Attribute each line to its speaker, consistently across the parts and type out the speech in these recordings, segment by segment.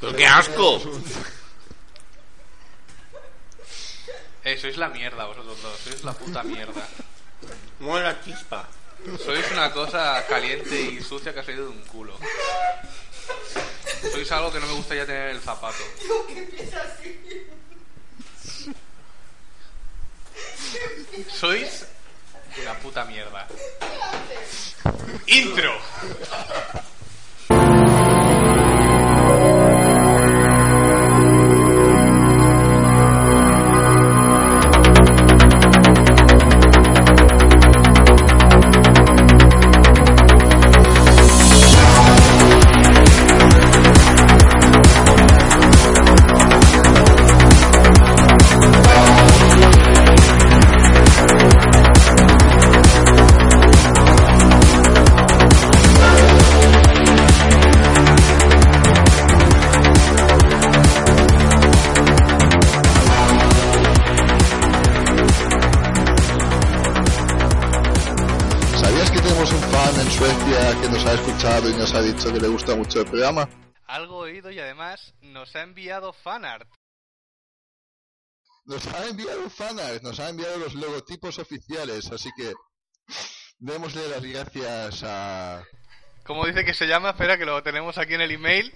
Speaker 1: Pero qué asco.
Speaker 2: Eh, sois la mierda vosotros dos, sois la puta mierda.
Speaker 1: Muera chispa.
Speaker 2: Sois una cosa caliente y sucia que ha salido de un culo. Sois algo que no me gusta ya tener en el zapato. Sois una puta mierda. Intro.
Speaker 3: ¿Sabías que tenemos un fan en Suecia que nos ha escuchado y nos ha dicho que le gusta mucho el programa?
Speaker 2: Algo oído y además nos ha enviado fanart.
Speaker 3: Nos ha enviado un fanart, nos ha enviado los logotipos oficiales, así que démosle las gracias a...
Speaker 2: ¿Cómo dice que se llama? Espera, que lo tenemos aquí en el email.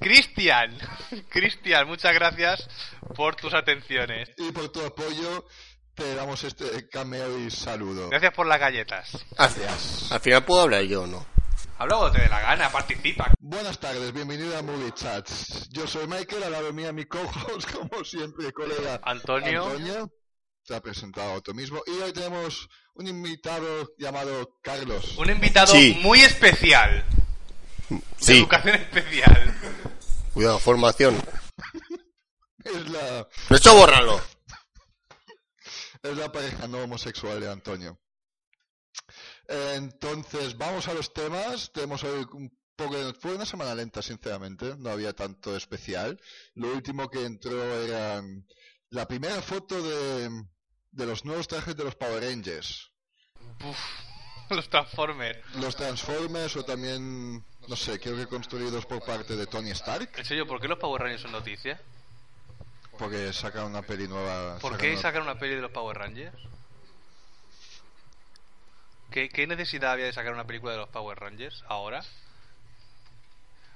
Speaker 2: Cristian. Cristian, muchas gracias por tus atenciones.
Speaker 3: Y por tu apoyo te damos este cameo y saludo.
Speaker 2: Gracias por las galletas.
Speaker 1: Gracias. Al final puedo hablar yo, ¿no?
Speaker 2: Habla cuando te dé la gana, participa.
Speaker 3: Buenas tardes, bienvenido a Movie Chats. Yo soy Michael, al lado mía mi co-host, como siempre, colega
Speaker 2: Antonio.
Speaker 3: Antonio. Te ha presentado tú mismo. Y hoy tenemos un invitado llamado Carlos.
Speaker 2: Un invitado
Speaker 1: Sí.
Speaker 2: muy especial. De
Speaker 1: Sí.
Speaker 2: educación especial.
Speaker 1: Cuidado, formación.
Speaker 3: Es la,
Speaker 1: De hecho, bórralo.
Speaker 3: es la pareja no homosexual de Antonio. Entonces, vamos a los temas. Tenemos hoy un poco de... Fue una semana lenta, sinceramente. No había tanto especial. Lo último que entró era la primera foto de, de los nuevos trajes de los Power Rangers.
Speaker 2: Los Transformers.
Speaker 3: Los Transformers o también, no sé, creo que construidos por parte de Tony Stark.
Speaker 2: En serio, ¿por qué los Power Rangers son noticia?
Speaker 3: Porque sacan una peli nueva.
Speaker 2: ¿Por
Speaker 3: sacan
Speaker 2: qué
Speaker 3: una-
Speaker 2: sacar una peli de los Power Rangers? ¿Qué, qué necesidad había de sacar una película de los Power Rangers ahora?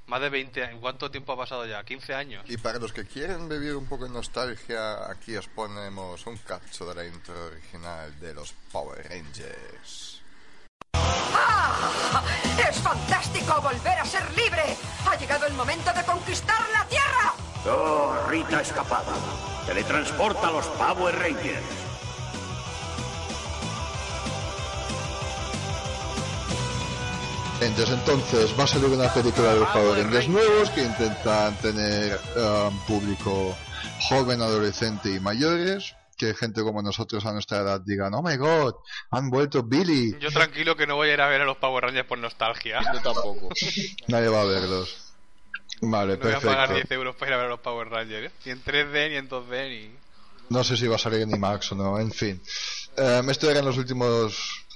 Speaker 2: Más de 20 años. ¿Cuánto tiempo ha pasado ya? ¿15 años?
Speaker 4: Y para los que quieren vivir un poco de nostalgia, aquí os ponemos un cacho de la intro original de los Power Rangers.
Speaker 5: ¡Es fantástico volver a ser libre! ¡Ha llegado el momento de conquistar la Tierra!
Speaker 6: Oh, Rita escapada. Teletransporta a los Power Rangers.
Speaker 3: Rangers. Entonces, va a salir una película de los Power Rangers nuevos que intentan tener eh, un público joven, adolescente y mayores. Que gente como nosotros a nuestra edad digan, oh my god, han vuelto Billy.
Speaker 2: Yo tranquilo que no voy a ir a ver a los Power Rangers por nostalgia.
Speaker 1: Yo tampoco.
Speaker 3: Nadie va a verlos. Vale,
Speaker 2: No voy a pagar 10
Speaker 3: perfecto.
Speaker 2: euros para ir a ver a los Power Rangers. ¿eh? Ni en 3D, ni en 2D, ni...
Speaker 3: No sé si va a salir en IMAX o no, en fin. Eh, esto eran los últimos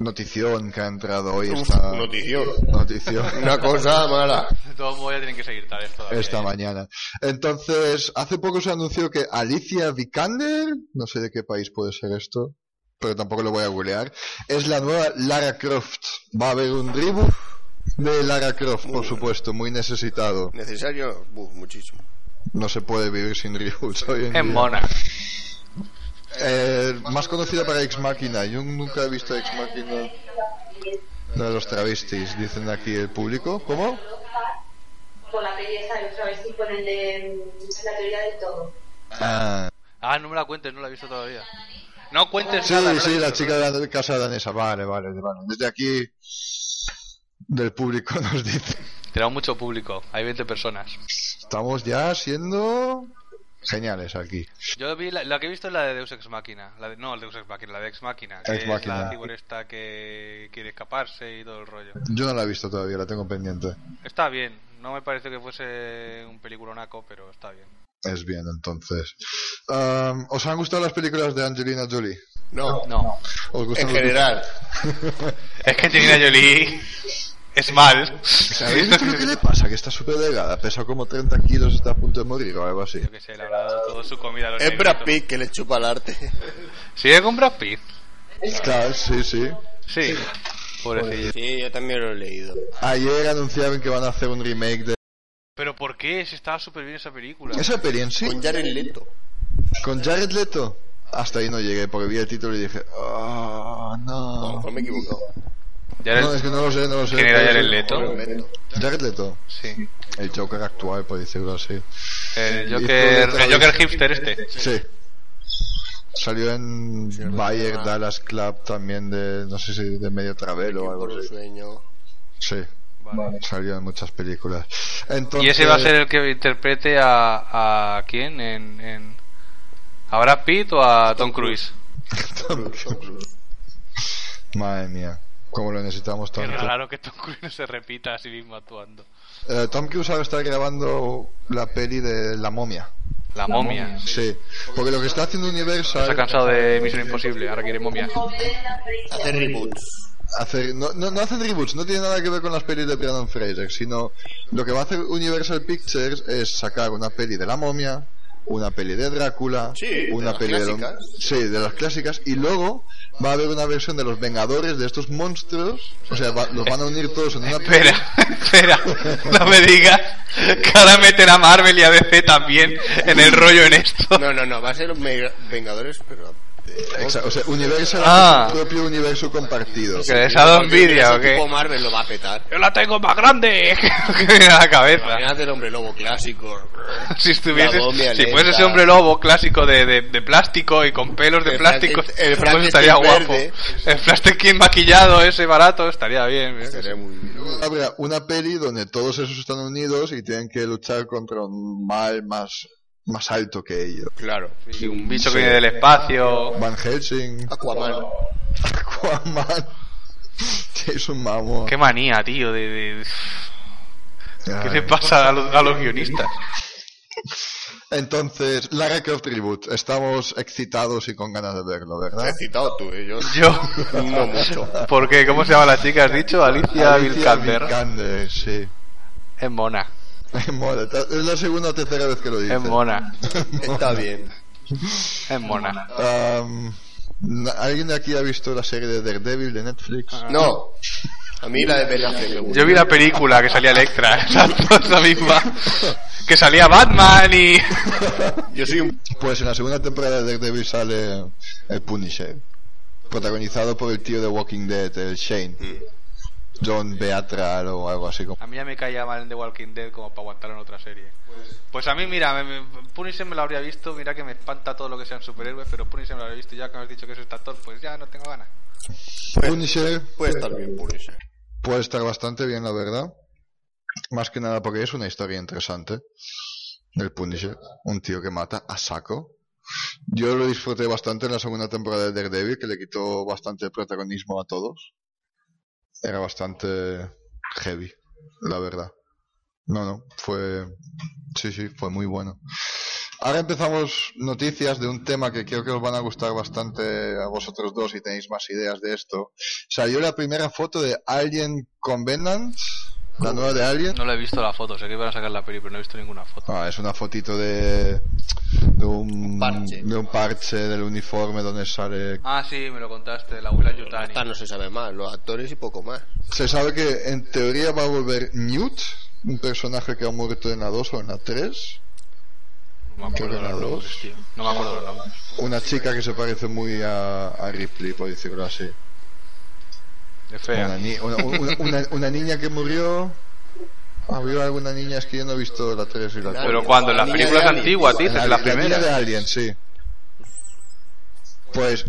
Speaker 3: notición que ha entrado hoy. Esta...
Speaker 1: Notición.
Speaker 3: Notición.
Speaker 1: Una cosa mala.
Speaker 2: De todos modos ya tienen que seguir ¿eh? tal esto.
Speaker 3: esta mañana. Entonces, hace poco se anunció que Alicia Vikander, no sé de qué país puede ser esto, pero tampoco lo voy a googlear, es la nueva Lara Croft. Va a haber un reboot de Lara Croft, por supuesto, muy necesitado.
Speaker 1: Necesario, Buf, muchísimo.
Speaker 3: No se puede vivir sin reboots hoy en
Speaker 2: En
Speaker 3: día.
Speaker 2: mona.
Speaker 3: Eh, más conocida para Ex Machina. Yo nunca he visto Ex Machina. La de los travestis, dicen aquí el público. ¿Cómo?
Speaker 7: con la peli esa de los travestis con el de mm, la teoría del todo.
Speaker 3: Ah.
Speaker 2: Ah, no me la cuentes, no la he visto todavía. No cuentes
Speaker 3: Sí,
Speaker 2: nada. no he
Speaker 3: sí, la
Speaker 2: visto.
Speaker 3: chica de la casa danesa. Vale, vale, vale. Desde aquí, del público nos dice.
Speaker 2: Tenemos mucho público, hay 20 personas.
Speaker 3: Estamos ya siendo geniales aquí.
Speaker 2: Yo vi la, la que he visto es la de Deus Ex Machina. La de- no, el Deus Ex Machina, la de Ex Machina. Que
Speaker 3: Ex
Speaker 2: es
Speaker 3: Machina.
Speaker 2: la figura esta que quiere escaparse y todo el rollo.
Speaker 3: Yo no la he visto todavía, la tengo pendiente.
Speaker 2: Está bien, no me parece que fuese un peliculonaco, pero está bien.
Speaker 3: Es bien, entonces. Am, ¿Os han gustado las películas de Angelina Jolie?
Speaker 1: No,
Speaker 2: No.
Speaker 3: ¿Os gustan
Speaker 1: en
Speaker 3: los-
Speaker 1: general.
Speaker 2: Es que Angelina Jolie es mal.
Speaker 3: ¿Sabéis lo que le pasa? Que está súper delgada, pesa como 30 kilos, está a punto de morir o algo así.
Speaker 2: Yo que sé, le habrá dado toda su comida a los
Speaker 1: Es Brad
Speaker 2: negritos.
Speaker 1: Pitt que le chupa el arte.
Speaker 2: ¿Sigue con Brad Pitt?
Speaker 3: Claro, sí, sí.
Speaker 2: Sí. Pobrecillo.
Speaker 1: Sí, yo también lo he leído.
Speaker 3: Ayer anunciaron que van a hacer un remake de
Speaker 2: ¿Pero por qué? Si estaba súper bien esa película.
Speaker 3: esa peli en sí,
Speaker 1: Con Jared Leto.
Speaker 3: con Jared Leto. Hasta ahí no llegué porque vi el título y dije, oh,
Speaker 1: A lo
Speaker 3: no.
Speaker 1: mejor me he equivocado.
Speaker 2: Ya era-
Speaker 3: No, es que no lo sé, no lo sé.
Speaker 2: ¿Quién era
Speaker 3: Pero
Speaker 2: Jared
Speaker 3: sí.
Speaker 2: Leto?
Speaker 1: Tremendo.
Speaker 3: Jared Leto,
Speaker 2: Sí.
Speaker 3: el Joker actual, por decirlo así.
Speaker 2: El
Speaker 3: Hizo
Speaker 2: Joker,
Speaker 3: otra
Speaker 2: el Joker
Speaker 3: vez.
Speaker 2: hipster este.
Speaker 3: Sí. Salió en Bayer Dallas Club también de, no sé si de medio travel o algo
Speaker 1: Por un
Speaker 3: así.
Speaker 1: sueño.
Speaker 3: Sí. Salió en muchas películas. Entonces,
Speaker 2: Y ese va a ser el que interprete a, a quién en, en a Brad Pitt o a Tom Cruise.
Speaker 3: Madre mía, cómo lo necesitamos
Speaker 2: Qué
Speaker 3: tanto.
Speaker 2: raro que Tom Cruise no se repita a sí mismo actuando.
Speaker 3: Eh, Tom Cruise ahora está grabando la peli de La Momia.
Speaker 2: La momia.
Speaker 3: Sí. Porque lo que está haciendo Universal...
Speaker 2: Se ha cansado de Misión Imposible, ahora quiere momia.
Speaker 1: Hace reboots.
Speaker 3: hacer- no, no, no hacen reboots, no tiene nada que ver con las pelis de Brandon Fraser, sino lo que va a hacer Universal Pictures es sacar una peli de la momia, una peli de Drácula,
Speaker 1: Sí, de
Speaker 3: una
Speaker 1: las
Speaker 3: peli de
Speaker 1: clásicas.
Speaker 3: los, sí, de las clásicas, y luego va a haber una versión de los Vengadores de estos monstruos, o sea, va- los van a unir todos en una peli.
Speaker 2: Espera, espera, no me digas que ahora meter a Marvel y a DC también en el rollo en esto.
Speaker 1: No, no, no, va a ser Mega- Vengadores, pero.
Speaker 3: Exa- O sea, Universal
Speaker 2: Ah.
Speaker 3: hace su propio universo compartido.
Speaker 2: Que les ha dado envidia o
Speaker 1: Ese tipo
Speaker 2: qué.
Speaker 1: Marvel lo va a petar.
Speaker 2: Yo la tengo más grande que me da la cabeza.
Speaker 1: Imagínate el hombre lobo clásico.
Speaker 2: Si
Speaker 1: La momia
Speaker 2: estuvieses, si
Speaker 1: lenta.
Speaker 2: fuese ese hombre lobo clásico de, de, de plástico y con pelos de
Speaker 1: El
Speaker 2: plástico,
Speaker 1: Franken- el
Speaker 2: pues
Speaker 1: Frankenstein
Speaker 2: estaría guapo.
Speaker 1: verde.
Speaker 2: El Frankenstein maquillado ese barato estaría bien. ¿eh?
Speaker 1: Seré muy.
Speaker 3: Habrá una peli donde todos esos están unidos y tienen que luchar contra un mal más, más alto que ellos.
Speaker 1: Claro.
Speaker 2: Y un bicho que viene del espacio.
Speaker 3: Van Helsing,
Speaker 1: Aquaman.
Speaker 3: Aquaman, Jason Momoa.
Speaker 2: Qué manía, tío, de, de- ¿Qué
Speaker 3: Ay.
Speaker 2: le pasa a los, a los guionistas?
Speaker 3: Entonces, Lara Croft Tribute. Estamos excitados y con ganas de verlo, ¿verdad?
Speaker 1: He citado tú, ¿eh? Yo.
Speaker 2: Yo,
Speaker 1: No mucho.
Speaker 2: porque, ¿cómo se llama la chica? ¿Has dicho? Alicia,
Speaker 3: Alicia
Speaker 2: Vikander.
Speaker 3: Vikander, sí.
Speaker 2: Es mona,
Speaker 3: Mola, Es la segunda o tercera vez que lo dices.
Speaker 2: es mona,
Speaker 1: Está bien.
Speaker 2: es mona.
Speaker 3: Am, ¿Alguien de aquí ha visto la serie de Daredevil de Netflix?
Speaker 2: Ah,
Speaker 1: Ah. No. A mí la de Ben Affleck me gusta.
Speaker 2: Yo vi la película que salía Electra, exacto, esa misma. Que salía Batman y...
Speaker 1: Yo soy un.
Speaker 3: Pues en la segunda temporada de Daredevil sale el Punisher, protagonizado por el tío de Walking Dead, el Shane. John Beatral o algo así como.
Speaker 2: A mí ya me caía mal en The Walking Dead como para aguantar en otra serie. Pues a mí, mira, me, me- Punisher me lo habría visto, mira que me espanta todo lo que sean superhéroes, pero Punisher me lo habría visto, ya que me has dicho que es este actor, pues ya no tengo ganas.
Speaker 3: Punisher
Speaker 1: Puede estar bien Punisher.
Speaker 3: puede estar bastante bien, la verdad. Más que nada porque es una historia interesante. El Punisher, un tío que mata a saco. Yo lo disfruté bastante en la segunda temporada de Daredevil, que le quitó bastante protagonismo a todos. Era bastante heavy, la verdad. No, no, fue. Sí, sí, fue muy bueno. Ahora empezamos noticias de un tema que creo que os van a gustar bastante a vosotros dos si tenéis más ideas de esto. Salió la primera foto de Alien Covenant, la nueva de Alien.
Speaker 2: No le he visto la foto, sé que iban a sacar la peli, pero no he visto ninguna foto.
Speaker 3: Ah, es una fotito de, de un
Speaker 1: Parche.
Speaker 3: de un parche del uniforme donde sale.
Speaker 2: Ah, sí, me lo contaste, la abuela Yutani.
Speaker 1: Esta no se sabe más. Los actores y poco más.
Speaker 3: Se sabe que en teoría va a volver Newt, un personaje que ha muerto en la 2 o en la 3.
Speaker 2: No me acuerdo de los nombres, tío. No me acuerdo de los nombres.
Speaker 3: Una chica que se parece muy a, a Ripley, por decirlo así.
Speaker 2: Es
Speaker 3: Una,
Speaker 2: fea.
Speaker 3: ni- una, una- una- una niña que murió. Había alguna niña, es que yo no he visto la 3 y la 4.
Speaker 2: Pero cuando, en las
Speaker 1: Niña
Speaker 2: películas
Speaker 1: de Alien.
Speaker 2: antiguas, dices,
Speaker 3: La-
Speaker 2: las
Speaker 3: la
Speaker 2: primeras.
Speaker 3: niña de Alien, sí. Pues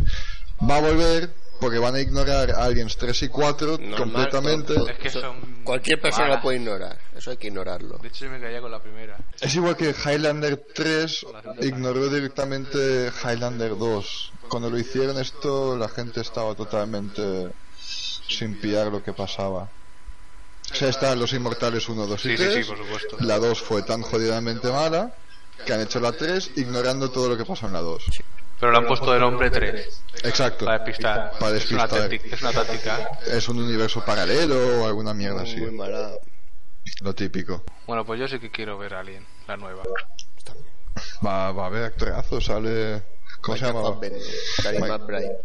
Speaker 3: va a volver porque van a ignorar Aliens 3 y 4
Speaker 1: Normal,
Speaker 3: completamente.
Speaker 1: todo-
Speaker 2: Es que
Speaker 1: eso-
Speaker 2: son
Speaker 1: Cualquier persona
Speaker 2: malas.
Speaker 1: lo puede ignorar. Eso hay que ignorarlo.
Speaker 2: De hecho, yo me caía con la primera.
Speaker 3: Es igual que Highlander 3 ignoró directamente Highlander 2. Cuando lo hicieron esto, la gente estaba totalmente sin pillar lo que pasaba. O sea, están los Inmortales 1, 2 y
Speaker 2: Sí,
Speaker 3: 3.
Speaker 2: sí, sí, por supuesto.
Speaker 3: La 2 fue tan jodidamente mala que han hecho la 3 ignorando todo lo que pasó en la 2.
Speaker 2: Pero lo han puesto
Speaker 3: pues
Speaker 2: del hombre 3.
Speaker 3: Exacto.
Speaker 2: Para despistar.
Speaker 3: Para
Speaker 2: Es una
Speaker 3: despistar.
Speaker 2: táctica- Es una táctica.
Speaker 3: Es un universo paralelo o alguna mierda así.
Speaker 1: Muy mala.
Speaker 3: Lo típico.
Speaker 2: Bueno, pues yo sí que quiero ver a Alien, la nueva.
Speaker 3: Va, va a haber actorazos, sale. ¿Cómo se llama?
Speaker 1: Fassbender, Karim
Speaker 3: Mike.
Speaker 1: McBride.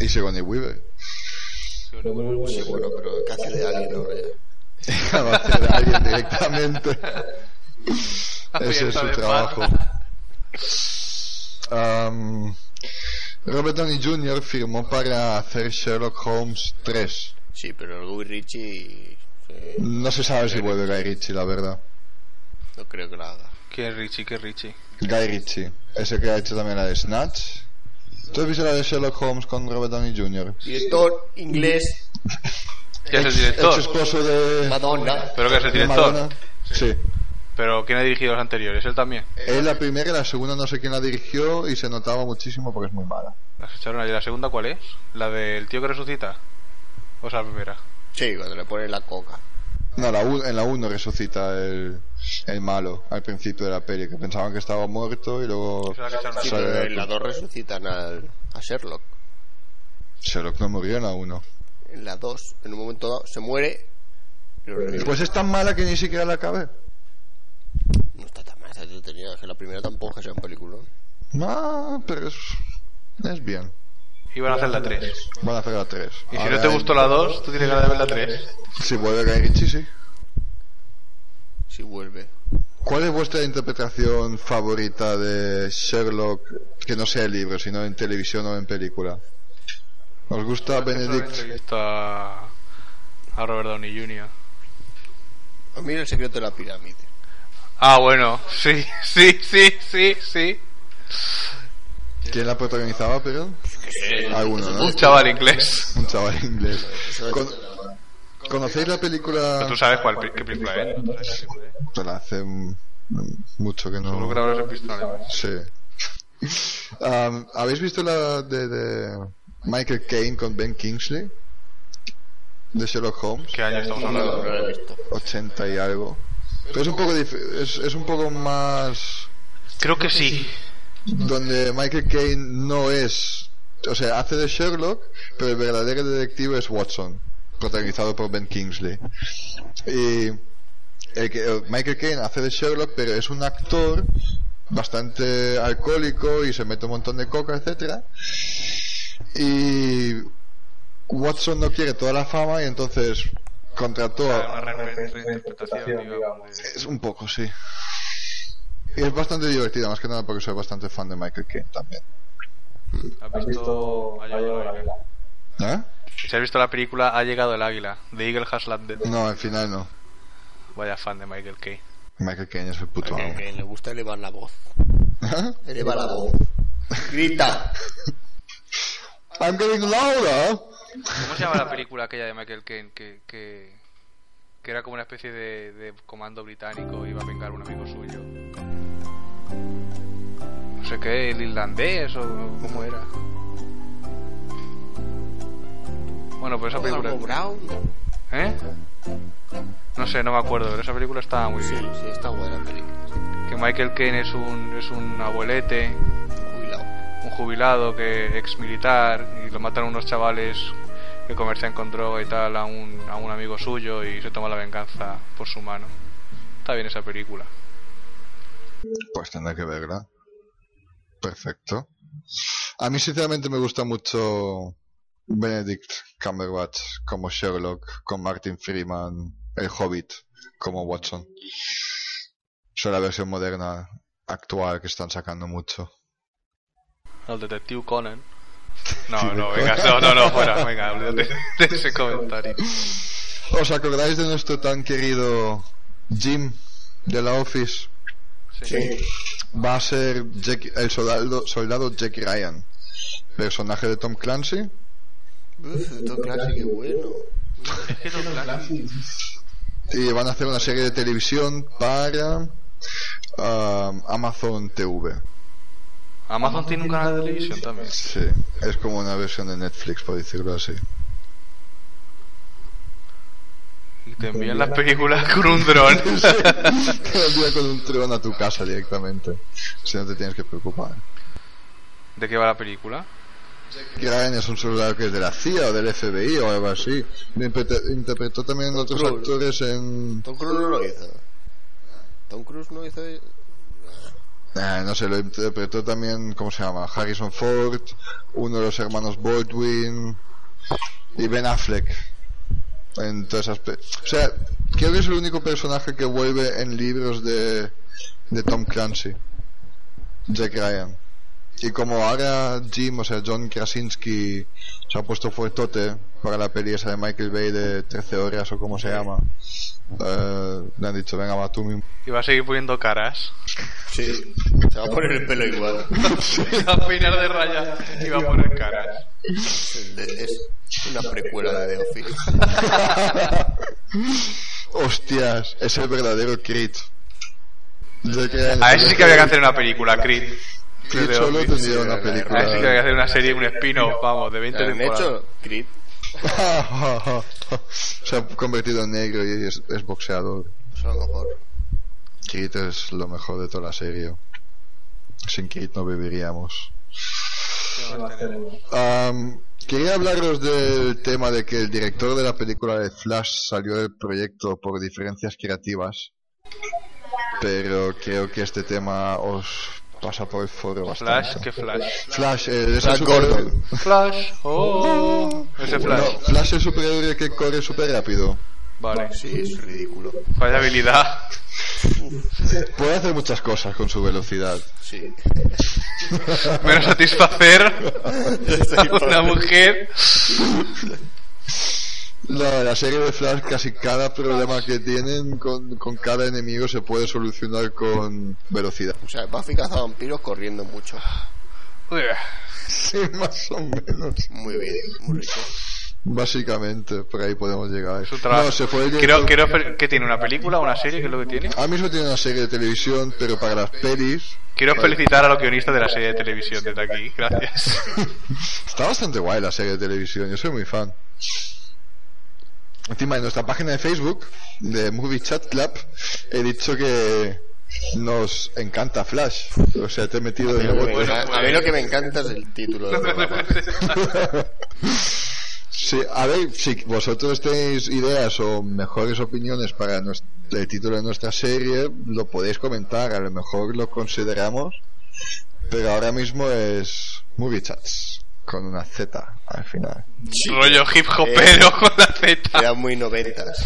Speaker 3: Y Sigourney Weaver.
Speaker 1: Sí, bueno, pero ¿qué hace de alguien ahora ya?
Speaker 3: Va a hacer a alguien directamente. Ese es
Speaker 2: Abierta
Speaker 3: su
Speaker 2: de
Speaker 3: trabajo.
Speaker 2: paja.
Speaker 3: Am, Robert Downey Jr. firmó para hacer Sherlock Holmes 3.
Speaker 1: Sí, pero el Guy Ritchie. eh,
Speaker 3: No se sabe si vuelve Guy Ritchie, la verdad.
Speaker 1: no creo que la haga.
Speaker 2: Que Richie, que Richie.
Speaker 3: Guy Ritchie, ese que ha hecho también la de Snatch. ¿Tú has visto la de Sherlock Holmes con Robert Downey Jr.?
Speaker 1: Director inglés,
Speaker 2: ¿Quién es el
Speaker 3: Ex
Speaker 2: director?
Speaker 3: esposo de.
Speaker 1: Madonna.
Speaker 2: ¿Pero que es el
Speaker 3: de
Speaker 2: director?
Speaker 3: Madonna. Sí.
Speaker 2: ¿Pero quién ha dirigido los anteriores? ¿Él también?
Speaker 3: Es la primera y la segunda no sé quién la dirigió y se notaba muchísimo porque es muy mala.
Speaker 2: Las echaron allí. ¿La segunda cuál es? ¿La del tío que resucita? ¿O sea, la primera?
Speaker 1: Sí, cuando le ponen la coca.
Speaker 3: No, la u- en la 1 resucita el, el malo al principio de la peli, que pensaban que estaba muerto y luego
Speaker 2: Esa es la que echaron
Speaker 1: Sí,
Speaker 2: allí.
Speaker 3: Sale
Speaker 1: pero
Speaker 3: de
Speaker 1: en la 2 resucitan al, a Sherlock.
Speaker 3: Sherlock no murió en la 1.
Speaker 1: En la 2, en un momento dado, se muere. Pero revive.
Speaker 3: Pues es tan mala que ni siquiera la acabé.
Speaker 1: no está tan mal, está entretenida. Que la primera tampoco es que sea un peliculón.
Speaker 3: Ah, pero es, es bien.
Speaker 2: Iban a hacer la 3.
Speaker 3: Van a hacer la 3.
Speaker 2: Y si no te gustó la 2, tú tienes ganas de ver la 3.
Speaker 3: Si vuelve Guy Ritchie, sí.
Speaker 1: Si vuelve.
Speaker 3: ¿Cuál es vuestra interpretación favorita de Sherlock, que no sea el libro, sino en televisión o en película? ¿Os gusta Benedict?
Speaker 2: Entrevista a Robert Downey Jr.
Speaker 1: A mí el secreto de la pirámide.
Speaker 2: Ah, bueno. Sí, sí, sí, sí, sí.
Speaker 3: ¿Quién la protagonizaba, perdón? Alguno, ¿no?
Speaker 2: Un chaval inglés.
Speaker 3: Un chaval inglés.
Speaker 1: Eso es-
Speaker 3: Con- ¿Conocéis la película?
Speaker 2: Tú sabes cuál, qué película es. ¿no?
Speaker 3: Te la hace mm, mucho que
Speaker 2: Seguro que la
Speaker 3: no.
Speaker 2: habrás visto en alemán.
Speaker 3: Sí. Am, ¿Habéis visto la de, de Michael Caine con Ben Kingsley? De Sherlock Holmes.
Speaker 2: ¿Qué año estamos
Speaker 1: No,
Speaker 2: hablando?
Speaker 1: no lo he visto.
Speaker 3: 80 y algo. Pero es un poco dif- es, es un poco más
Speaker 2: Creo que sí.
Speaker 3: donde Michael Caine no es, o sea, hace de Sherlock, pero el verdadero detective es Watson, protagonizado por Ben Kingsley. Y el que- el Michael Caine hace de Sherlock, pero es un actor bastante alcohólico y se mete un montón de coca, etcétera. Y Watson no quiere toda la fama y entonces contrató
Speaker 2: Una
Speaker 3: a,
Speaker 2: re- reinterpretación, digamos. de-
Speaker 3: es un poco, sí. Y es bastante divertida, más que nada porque soy bastante fan de Michael Caine también.
Speaker 2: ¿Has visto Ha llegado el águila?
Speaker 3: ¿Eh?
Speaker 2: Si has visto la película Ha llegado el águila, de Eagle Has Landed.
Speaker 3: No, al final no.
Speaker 2: Vaya fan de Michael Kay.
Speaker 3: Michael Caine es el puto
Speaker 1: Que,
Speaker 3: amo.
Speaker 1: que le gusta elevar la voz.
Speaker 3: ¿Eh?
Speaker 1: Eleva la voz. Grita.
Speaker 3: I'm getting louder.
Speaker 2: ¿Cómo se llama la película aquella de Michael Caine que, que, que era como una especie de, de comando británico iba a vengar a un amigo suyo? No sé qué, el irlandés o cómo era. Bueno, pues esa película...
Speaker 1: Algo Brown.
Speaker 2: ¿Eh? No sé, no me acuerdo, pero esa película estaba muy
Speaker 1: Sí,
Speaker 2: bien.
Speaker 1: sí, está buena la película.
Speaker 2: Que Michael Caine es un, es un abuelete,
Speaker 1: Cuidado.
Speaker 2: un jubilado que ex militar y lo matan unos chavales que comercian con droga y tal a un, a un amigo suyo y se toma la venganza por su mano. Está bien esa película.
Speaker 3: Pues tendré que verla. Perfecto. A mí sinceramente me gusta mucho Benedict Cumberbatch como Sherlock, con Martin Freeman, el Hobbit, como Watson. Eso es la versión moderna actual que están sacando mucho.
Speaker 2: El detective Conan. No, no, venga, no, no, no, fuera, venga, olvídate de ese comentario.
Speaker 3: ¿Os acordáis de nuestro tan querido Jim de la Office?
Speaker 2: Sí.
Speaker 3: Va a ser Jack- el soldado, soldado Jack Ryan, personaje de Tom Clancy.
Speaker 1: Uf, esto clase, qué bueno.
Speaker 2: Es que Tom Clancy-
Speaker 3: Y van a hacer una serie de televisión para um, Amazon TV.
Speaker 2: Amazon tiene un canal de televisión también.
Speaker 3: Sí, es como una versión de Netflix, por decirlo así.
Speaker 2: Y te envían las películas con un dron.
Speaker 3: Te lo envía con un tron a tu casa directamente. Si no te tienes que preocupar.
Speaker 2: ¿De qué va la película?
Speaker 3: Ryan es un soldado que es de la CIA o del FBI o algo así. Interpre- Interpretó también otros
Speaker 1: Cruise.
Speaker 3: actores en.
Speaker 1: Tom Cruise no lo hizo. Tom Cruise no hizo.
Speaker 3: Ah, no sé, lo interpretó también, ¿cómo se llama? Harrison Ford, uno de los hermanos Baldwin y Ben Affleck. En todas esas pe- O sea, creo que es el único personaje que vuelve en libros de, de Tom Clancy, Jack Ryan. Y como ahora Jim, o sea, John Krasinski se ha puesto fuertote para la peli esa de Michael Bay de 13 horas o como se llama, eh, le han dicho, venga, va tú mismo.
Speaker 2: Y va a seguir poniendo caras.
Speaker 1: Sí, se va a poner el pelo igual.
Speaker 2: Se va a peinar de raya y va a poner caras.
Speaker 1: Es una precuela de The Office.
Speaker 3: Hostias, es el verdadero Crit. Yo que-
Speaker 2: A ese sí que había que hacer una película, Creed. Creed
Speaker 3: Creed
Speaker 2: de
Speaker 3: solo
Speaker 2: Office.
Speaker 3: tendría una
Speaker 2: A ese sí que había que
Speaker 3: película.
Speaker 2: hacer una serie, un spin-off, vamos, de 20
Speaker 1: ¿Han
Speaker 2: temporadas.
Speaker 1: hecho? Creed.
Speaker 3: Se ha convertido en negro y es, es boxeador.
Speaker 1: Es lo mejor.
Speaker 3: Crit es lo mejor de toda la serie. Sin Crit no viviríamos. Am, quería hablaros del tema de que el director de la película de Flash salió del proyecto por diferencias creativas. Pero creo que este tema os pasa por el foro bastante.
Speaker 2: Flash, ¿qué Flash?
Speaker 3: Flash, eh, es
Speaker 1: Flash
Speaker 3: el superhéroe-
Speaker 1: Gordon.
Speaker 2: Flash, oh, ese Flash.
Speaker 3: No, Flash es superhéroe que corre súper rápido.
Speaker 2: Vale,
Speaker 1: Sí, es ridículo.
Speaker 2: vaya habilidad.
Speaker 3: Puede hacer muchas cosas con su velocidad.
Speaker 1: Sí.
Speaker 2: Menos satisfacer a una mujer.
Speaker 3: La, la serie de Flash, casi cada problema que tienen con, con cada enemigo se puede solucionar con velocidad.
Speaker 1: O sea, Buffy caza vampiros corriendo mucho.
Speaker 2: Uy,
Speaker 3: Sí, más o menos.
Speaker 1: Muy bien, muy rico.
Speaker 3: Básicamente, por ahí podemos llegar.
Speaker 2: Su trabajo.
Speaker 3: No, se fue el
Speaker 2: Quiero,
Speaker 3: director-
Speaker 2: quiero esper- ¿Qué tiene? ¿Una película? ¿Una serie? ¿Qué es lo que tiene?
Speaker 3: Ahora mismo tiene una serie de televisión, pero para las pelis
Speaker 2: Quiero felicitar a los guionistas de la serie de televisión desde aquí. Gracias.
Speaker 3: Está bastante guay la serie de televisión, yo soy muy fan. Encima en nuestra página de Facebook, de Movie Chat Club, he dicho que nos encanta Flash. O sea, te he metido de
Speaker 2: Bueno,
Speaker 3: rebote.
Speaker 1: a, a mí lo que me encanta es el título del programa.
Speaker 3: Sí, a ver, si vosotros tenéis ideas o mejores opiniones para nues- el título de nuestra serie, lo podéis comentar, a lo mejor lo consideramos. Pero ahora mismo es Movie Chats, con una Z al final.
Speaker 2: Rollo hip hopero con la Z.
Speaker 1: Era muy noventas.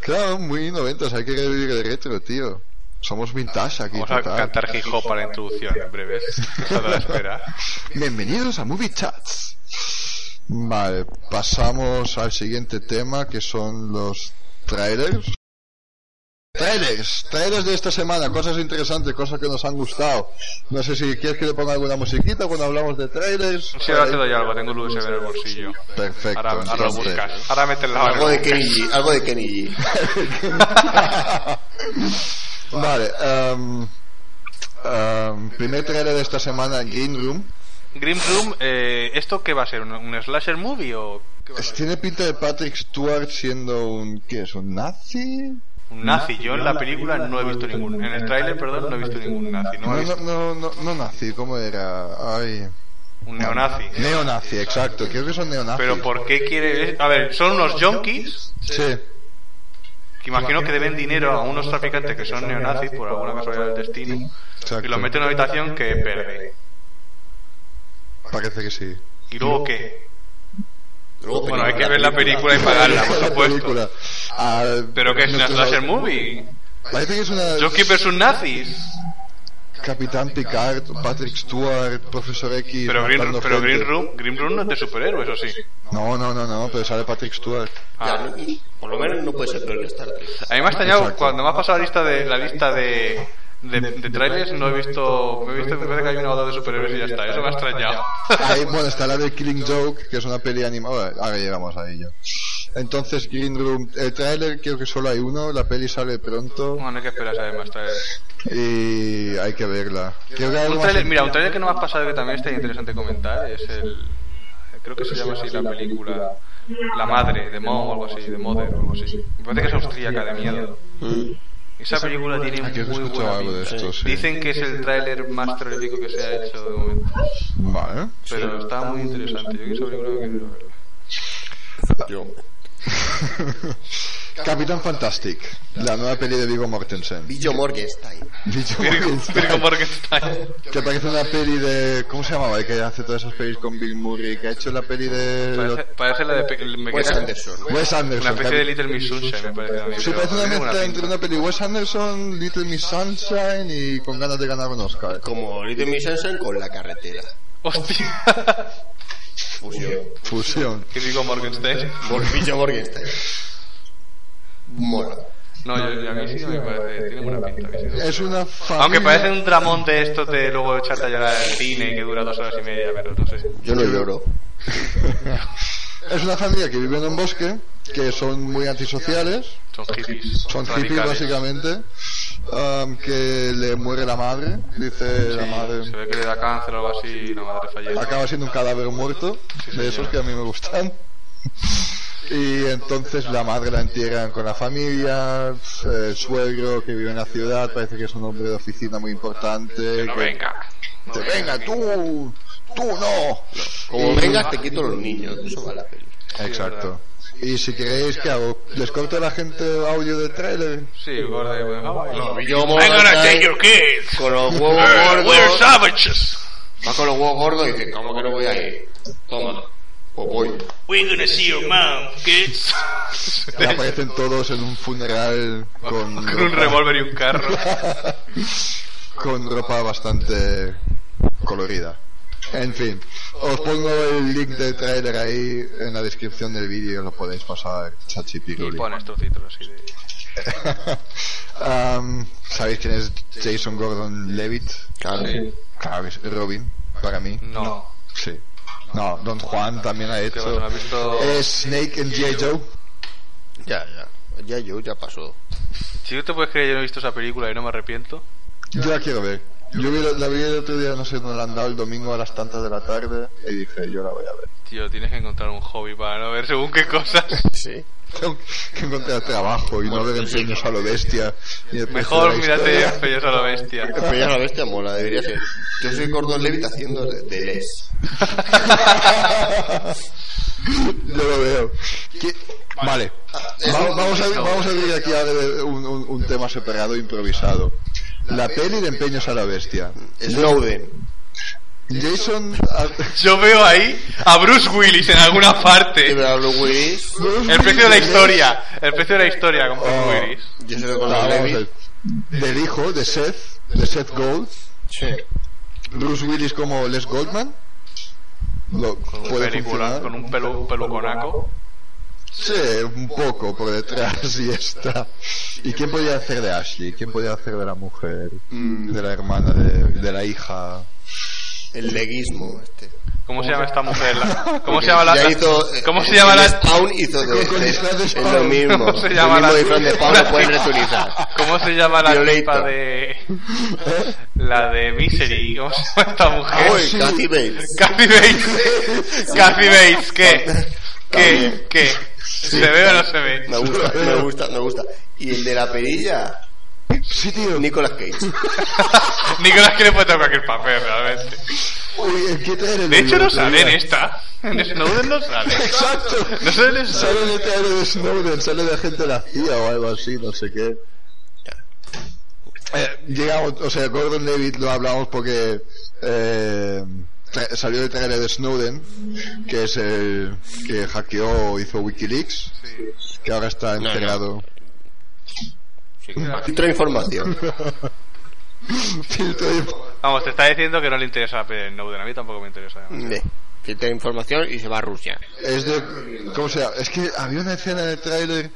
Speaker 3: Claro, muy noventas, hay que revivir el retro, tío. Somos vintage aquí,
Speaker 2: Vamos a
Speaker 3: total.
Speaker 2: cantar hip hop para la introducción en breve. Estad a la espera.
Speaker 3: Bienvenidos a Movie Chats. Vale, pasamos al siguiente tema que son los trailers. Trailers, trailers de esta semana, cosas interesantes, cosas que nos han gustado. No sé si quieres que le ponga alguna musiquita cuando hablamos de trailers.
Speaker 2: Sí, ahora te doy algo. Tengo el USB en el bolsillo.
Speaker 3: Perfecto.
Speaker 2: Ahora, ahora lo
Speaker 3: entonces. eh,
Speaker 2: buscas. Ahora metes la
Speaker 1: Algo
Speaker 2: mano.
Speaker 1: de Kenny G, algo de Kenny G.
Speaker 3: Vale, em, em, primer trailer de esta semana, Green Room.
Speaker 2: Green Room, eh, ¿esto qué va a ser? ¿Un, un slasher movie o qué va a
Speaker 3: Es-
Speaker 2: ser?
Speaker 3: Tiene pinta de Patrick Stewart siendo un... ¿Qué es? ¿Un nazi?
Speaker 2: un nazi? Yo en la película no he visto ningún. En el tráiler, perdón, no he visto ningún nazi. No
Speaker 3: No,
Speaker 2: he
Speaker 3: no,
Speaker 2: visto
Speaker 3: no, no, no nazi, ¿cómo era? Ay.
Speaker 2: un neonazi.
Speaker 3: Neonazi, exacto, creo que son neonazis.
Speaker 2: Pero ¿por qué quiere.? A ver, son unos junkies
Speaker 3: Sí,
Speaker 2: que imagino que deben dinero a unos traficantes que son neonazis por alguna casualidad del destino
Speaker 3: exacto.
Speaker 2: y los meten en una habitación que verde.
Speaker 3: Parece que sí.
Speaker 2: ¿Y luego qué?
Speaker 1: Luego
Speaker 2: Bueno, hay
Speaker 1: película,
Speaker 2: que ver la película y pagarla, por
Speaker 3: La
Speaker 2: supuesto.
Speaker 3: película. Ah,
Speaker 2: Pero que es una
Speaker 3: nuestros-
Speaker 2: slasher movie.
Speaker 3: Parece que es una...
Speaker 2: Junkies versus nazis.
Speaker 3: Capitán Picard, Patrick Stewart, Profesor X...
Speaker 2: Pero Green,
Speaker 3: matando
Speaker 2: pero
Speaker 3: gente.
Speaker 2: Green, Room, Green Room no es de superhéroes, ¿o sí?
Speaker 3: No, no, no, no, pero sale Patrick Stewart.
Speaker 1: Ya,
Speaker 2: Ah.
Speaker 1: no- por lo menos no puede ser peor que Star Trek.
Speaker 2: A mí me ha extrañado
Speaker 3: Exacto.
Speaker 2: cuando me ha pasado la lista de la lista de, de, de trailers, no he visto, Oh, me he visto me parece que hay una boda de superhéroes y ya está, eso me ha extrañado.
Speaker 3: Ahí, bueno, está la de Killing Joke, que es una peli animada. Ahora llegamos a ello. Entonces, Green Room, el tráiler creo que solo hay uno, la peli sale pronto
Speaker 2: Bueno, hay que esperar además trailers.
Speaker 3: y hay que verla. Creo que hay
Speaker 2: Un
Speaker 3: algo
Speaker 2: trailer,
Speaker 3: más-
Speaker 2: mira, un trailer que no me ha pasado que también está interesante comentar es el creo que se llama así la película La madre, de Mom o algo así, de Mother o algo así. Me parece que es austríaca de miedo.
Speaker 1: Mm.
Speaker 2: Esa película tiene
Speaker 3: Aquí os he
Speaker 2: muy
Speaker 3: escuchado
Speaker 2: buena
Speaker 3: algo de
Speaker 2: pinta.
Speaker 3: esto, sí.
Speaker 2: Dicen que es el tráiler más terrorífico que se ha hecho de momento.
Speaker 3: Vale.
Speaker 2: Pero está muy interesante. Yo esa película me quiero verla.
Speaker 1: Yo.
Speaker 3: Capitán Fantastic, la nueva peli de Viggo Mortensen.
Speaker 1: Billo Morgenstein.
Speaker 3: Viggo Mortensen.
Speaker 2: Virgo Morgenstein.
Speaker 3: Que parece una peli de... ¿Cómo se llamaba? El que hace todas esas pelis con Bill Murray, que ha hecho la peli
Speaker 2: Parece,
Speaker 3: de...
Speaker 2: parece la de... Pe- me
Speaker 1: Wes
Speaker 2: queda-
Speaker 1: Anderson.
Speaker 3: Wes
Speaker 2: Una
Speaker 3: Anderson.
Speaker 2: especie de Little Miss Sunshine, me parece a mí.
Speaker 3: Se
Speaker 2: pero
Speaker 3: parece una
Speaker 2: tiene buena
Speaker 3: mezcla entre
Speaker 2: pinta.
Speaker 3: una peli Wes Anderson, Little Miss Sunshine y con ganas de ganar un Oscar.
Speaker 1: Como Little Miss Sunshine con la carretera.
Speaker 2: Hostia.
Speaker 1: Fusión.
Speaker 3: Fusión.
Speaker 2: ¿Qué digo Morgenstein?
Speaker 1: Por Billo Morgenstein. Mola.
Speaker 2: No, yo, yo- a mí sí me parece. Tiene buena pinta. a mí sí me parece.
Speaker 3: Es una familia...
Speaker 2: Aunque parece un dramón de estos de luego echarte a llorar al cine que dura dos horas y media, pero no sé.
Speaker 1: Yo no lloro.
Speaker 3: Es una familia que vive en un bosque, que son muy antisociales,
Speaker 2: Son hippies.
Speaker 3: son hippies
Speaker 2: radicales.
Speaker 3: básicamente, um, que le muere la madre, dice la
Speaker 2: Se
Speaker 3: madre.
Speaker 2: ve que le da cáncer o algo así y la madre fallece.
Speaker 3: Acaba siendo un cadáver muerto, de esos que a mí me gustan. Y entonces la madre la entierran con la familia, el suegro que vive en la ciudad, parece que es un hombre de oficina muy importante.
Speaker 2: No
Speaker 3: que-
Speaker 2: venga. No
Speaker 3: que venga, tú, tú no.
Speaker 1: Como
Speaker 3: Y-
Speaker 1: vengas te quito los niños. de Eso va la peli.
Speaker 3: Exacto. Y si queréis, ¿qué hago? ¿Les corto a la gente audio del trailer?
Speaker 2: Sí, gorda. bueno, no.
Speaker 1: Billo Morgenstein
Speaker 6: kids.
Speaker 1: con los huevos gordos.
Speaker 6: savages.
Speaker 1: Va con los huevos gordos y dice, ¿cómo que no voy a ir? Toma. Pues voy.
Speaker 6: We're gonna see your mom, kids.
Speaker 3: Y aparecen todos en un funeral con,
Speaker 2: Con un revólver y un carro.
Speaker 3: con ropa bastante colorida. En fin, os pongo el link del trailer ahí en la descripción del vídeo, lo podéis pasar,
Speaker 2: Y
Speaker 3: chachipiruli.
Speaker 2: pones trocitos así de...
Speaker 3: Am, ¿Sabéis quién es Jason Gordon Levitt?
Speaker 1: Claro.
Speaker 3: Claro, que es Robin, para mí.
Speaker 2: No.
Speaker 3: Sí. No, Don Juan también ha
Speaker 2: Que bueno,
Speaker 3: hecho.
Speaker 2: ¿has visto...?
Speaker 3: Es Snake en G.I. Joe.
Speaker 1: Ya, ya. Ya yo, ya pasó.
Speaker 2: Si tú te puedes creer, yo no he visto esa película y no me arrepiento.
Speaker 3: Yo la quiero ver. Yo vi la, la vi el otro día, no sé dónde la han dado, el domingo a las tantas de la tarde, y dije, yo la voy a ver.
Speaker 2: Tío, tienes que encontrar un hobby para no ver según qué cosas.
Speaker 1: Sí.
Speaker 3: Tengo que encontrar trabajo y no ver empeños a lo bestia. ni el precio
Speaker 2: Mejor
Speaker 3: de la
Speaker 2: mírate
Speaker 3: historia.
Speaker 2: Empellos a la Bestia.
Speaker 1: Pero ya la bestia mola, debería ser. Yo soy Gordon Levitt haciendo de de Les.
Speaker 3: Yo lo veo. ¿Qué? Vale.
Speaker 2: Ah,
Speaker 3: Va- vamos, a, vamos a abrir aquí a ver un, un- un tema separado, improvisado. La peli de empeños a la bestia.
Speaker 1: Snowden.
Speaker 3: Jason... ah,
Speaker 2: Yo veo ahí a Bruce Willis en alguna
Speaker 1: Y me
Speaker 2: parte.
Speaker 1: hablo Willis.
Speaker 2: El precio de la historia. El precio de la historia con Bruce
Speaker 3: Oh.
Speaker 2: Willis.
Speaker 1: Yo soy Gordon
Speaker 3: Ah, vamos a
Speaker 1: Levitt.
Speaker 3: ver. Del hijo de Seth, de Seth Gold.
Speaker 1: Sí.
Speaker 3: Bruce Willis como Les Goldman. Lo-
Speaker 2: Un
Speaker 3: puede
Speaker 2: película
Speaker 3: funcionar.
Speaker 2: con un pelu, peluconaco.
Speaker 3: Sí, un poco por detrás y está. ¿Y quién podía hacer de Ashley? ¿Quién podía hacer de la mujer? De la hermana, de, de la hija.
Speaker 1: El leguismo este.
Speaker 2: ¿Cómo se llama esta mujer? La- ¿Cómo
Speaker 1: Porque
Speaker 2: se llama la.?
Speaker 1: ya hizo, eh,
Speaker 2: ¿Cómo se
Speaker 1: el
Speaker 2: llama la.?
Speaker 1: Spawn hizo de,
Speaker 3: Con- con
Speaker 1: de-
Speaker 3: disfraz de
Speaker 1: es lo
Speaker 3: Spawn.
Speaker 1: mismo.
Speaker 2: ¿Cómo se llama
Speaker 1: el
Speaker 2: la.?
Speaker 1: mismo disfraz de Spawn lo pueden
Speaker 2: la-
Speaker 1: reutilizar.
Speaker 2: ¿Cómo se llama la
Speaker 1: Violeta.
Speaker 2: tipa de. La de Misery? ¿Cómo se llama esta mujer?
Speaker 1: Uy, Kathy Bates.
Speaker 2: Kathy Bates. Kathy Bates, ¿qué? ¿Qué?
Speaker 1: También.
Speaker 2: ¿Qué? ¿Se ve o no se ve?
Speaker 1: Me gusta, me gusta, me gusta. Y el de la perilla,
Speaker 3: Sí, tío.
Speaker 1: Nicolas Cage.
Speaker 2: Nicolás que le puede tocar cualquier papel, realmente.
Speaker 3: Oye, ¿en qué trailer
Speaker 2: De hecho,
Speaker 3: lo vi
Speaker 2: no
Speaker 3: el otro
Speaker 2: sale en
Speaker 3: día?
Speaker 2: esta. En Snowden no sale.
Speaker 3: Exacto.
Speaker 2: No sale en esta.
Speaker 3: Sale en el trailer de Snowden, sale de gente de la CIA o algo así, no sé qué. Eh, llegamos, o sea, Gordon Levitt lo hablamos porque eh, tra- salió el trailer de Snowden, que es el que hackeó o hizo Wikileaks, que ahora está
Speaker 1: no.
Speaker 3: enterrado.
Speaker 1: Filtro de información.
Speaker 3: Filtro de-
Speaker 2: Vamos, te está diciendo que no le interesa la peli de Snowden. A mí tampoco me interesa.
Speaker 1: Ve, Filtro de información y se va a Rusia.
Speaker 3: Es de. ¿Cómo se llama? Es que había una escena en el tráiler.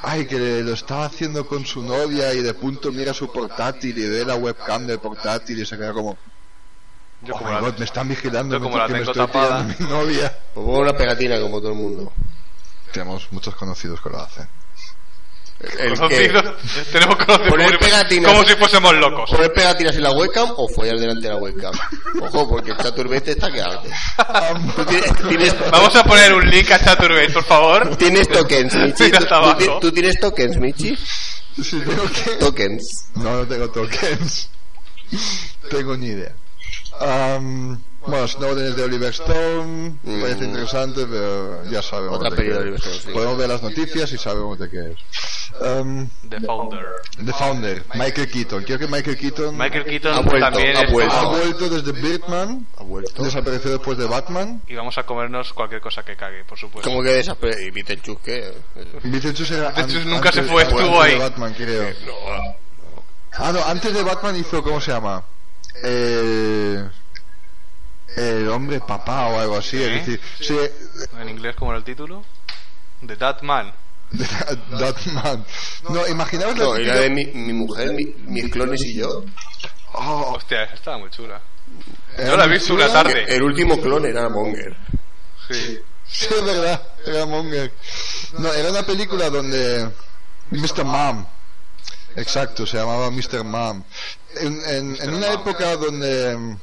Speaker 3: Ay, que lo estaba haciendo con su novia y de punto mira su portátil y ve la webcam del portátil y se queda como.
Speaker 2: Yo
Speaker 3: oh
Speaker 2: como
Speaker 3: my
Speaker 2: la-
Speaker 3: God, me están vigilando
Speaker 2: yo como
Speaker 3: me-
Speaker 2: la
Speaker 3: que me
Speaker 2: tengo
Speaker 3: estoy
Speaker 2: tapada.
Speaker 3: pillando a mi novia.
Speaker 1: Pues pongo una pegatina como todo el mundo.
Speaker 3: Tenemos muchos conocidos que lo hacen.
Speaker 1: El
Speaker 2: Conocido-
Speaker 1: que-
Speaker 2: tenemos conocido
Speaker 1: Poner
Speaker 2: como, si-
Speaker 1: pegatinas.
Speaker 2: como si fuésemos locos.
Speaker 1: Poner pegatinas en la webcam o follar delante de la webcam. Ojo, porque el chaturbete está que arde. Tú tienes, tienes-
Speaker 2: Vamos a poner un link a Chaturbate, por favor.
Speaker 1: tienes tokens, Michi.
Speaker 2: Mira
Speaker 1: ¿Tú,
Speaker 2: hasta
Speaker 1: tú
Speaker 2: abajo.
Speaker 1: ti- tú tienes tokens, Michi.
Speaker 3: Sí, tengo que-
Speaker 1: Tokens.
Speaker 3: No, no tengo tokens. tengo ni idea. Am, bueno, Snowden es de Oliver Stone.
Speaker 1: Mm.
Speaker 3: Parece interesante, pero ya sabemos.
Speaker 1: Otra
Speaker 3: de
Speaker 1: peli de
Speaker 3: qué
Speaker 1: Oliver
Speaker 3: es.
Speaker 1: Stone, sí.
Speaker 3: Podemos ver las noticias y sabemos de qué es. Am,
Speaker 2: The Founder.
Speaker 3: The Founder, Michael Keaton. Creo que Michael Keaton
Speaker 2: Michael Keaton
Speaker 1: Ha vuelto,
Speaker 2: también
Speaker 1: ha
Speaker 2: es-
Speaker 1: vuelto.
Speaker 3: ha vuelto desde Birdman.
Speaker 1: Ha vuelto.
Speaker 3: Desapareció después de Batman.
Speaker 2: Y vamos a comernos cualquier cosa que cague, por supuesto.
Speaker 1: Como que desapareció. Y Peter Chus, ¿qué?
Speaker 3: Vitechus era an-
Speaker 2: Vitechus nunca se
Speaker 3: antes-
Speaker 2: fue,
Speaker 3: antes
Speaker 2: estuvo
Speaker 3: de
Speaker 2: ahí. Eh,
Speaker 3: Batman, creo.
Speaker 1: No.
Speaker 3: Ah, no, antes de Batman hizo, ¿cómo se llama? Eh, el hombre papá o algo así. Es decir, sí,
Speaker 2: En inglés, como era el título? The That Man.
Speaker 3: Batman. No, imaginaos la
Speaker 1: No, era
Speaker 3: típica-
Speaker 1: de mi, mi mujer, mi- mis clones y yo.
Speaker 3: Oh,
Speaker 2: Hostia, esa estaba muy chula.
Speaker 3: era
Speaker 2: Yo la he
Speaker 3: muy
Speaker 2: visto una
Speaker 3: chula.
Speaker 2: tarde.
Speaker 1: El último clon era Monger.
Speaker 2: Sí.
Speaker 3: Sí, es verdad, era Monger. No, era una película donde Mr. Mom, exacto, se llamaba Mr. Mom. En, en- en una época donde mm,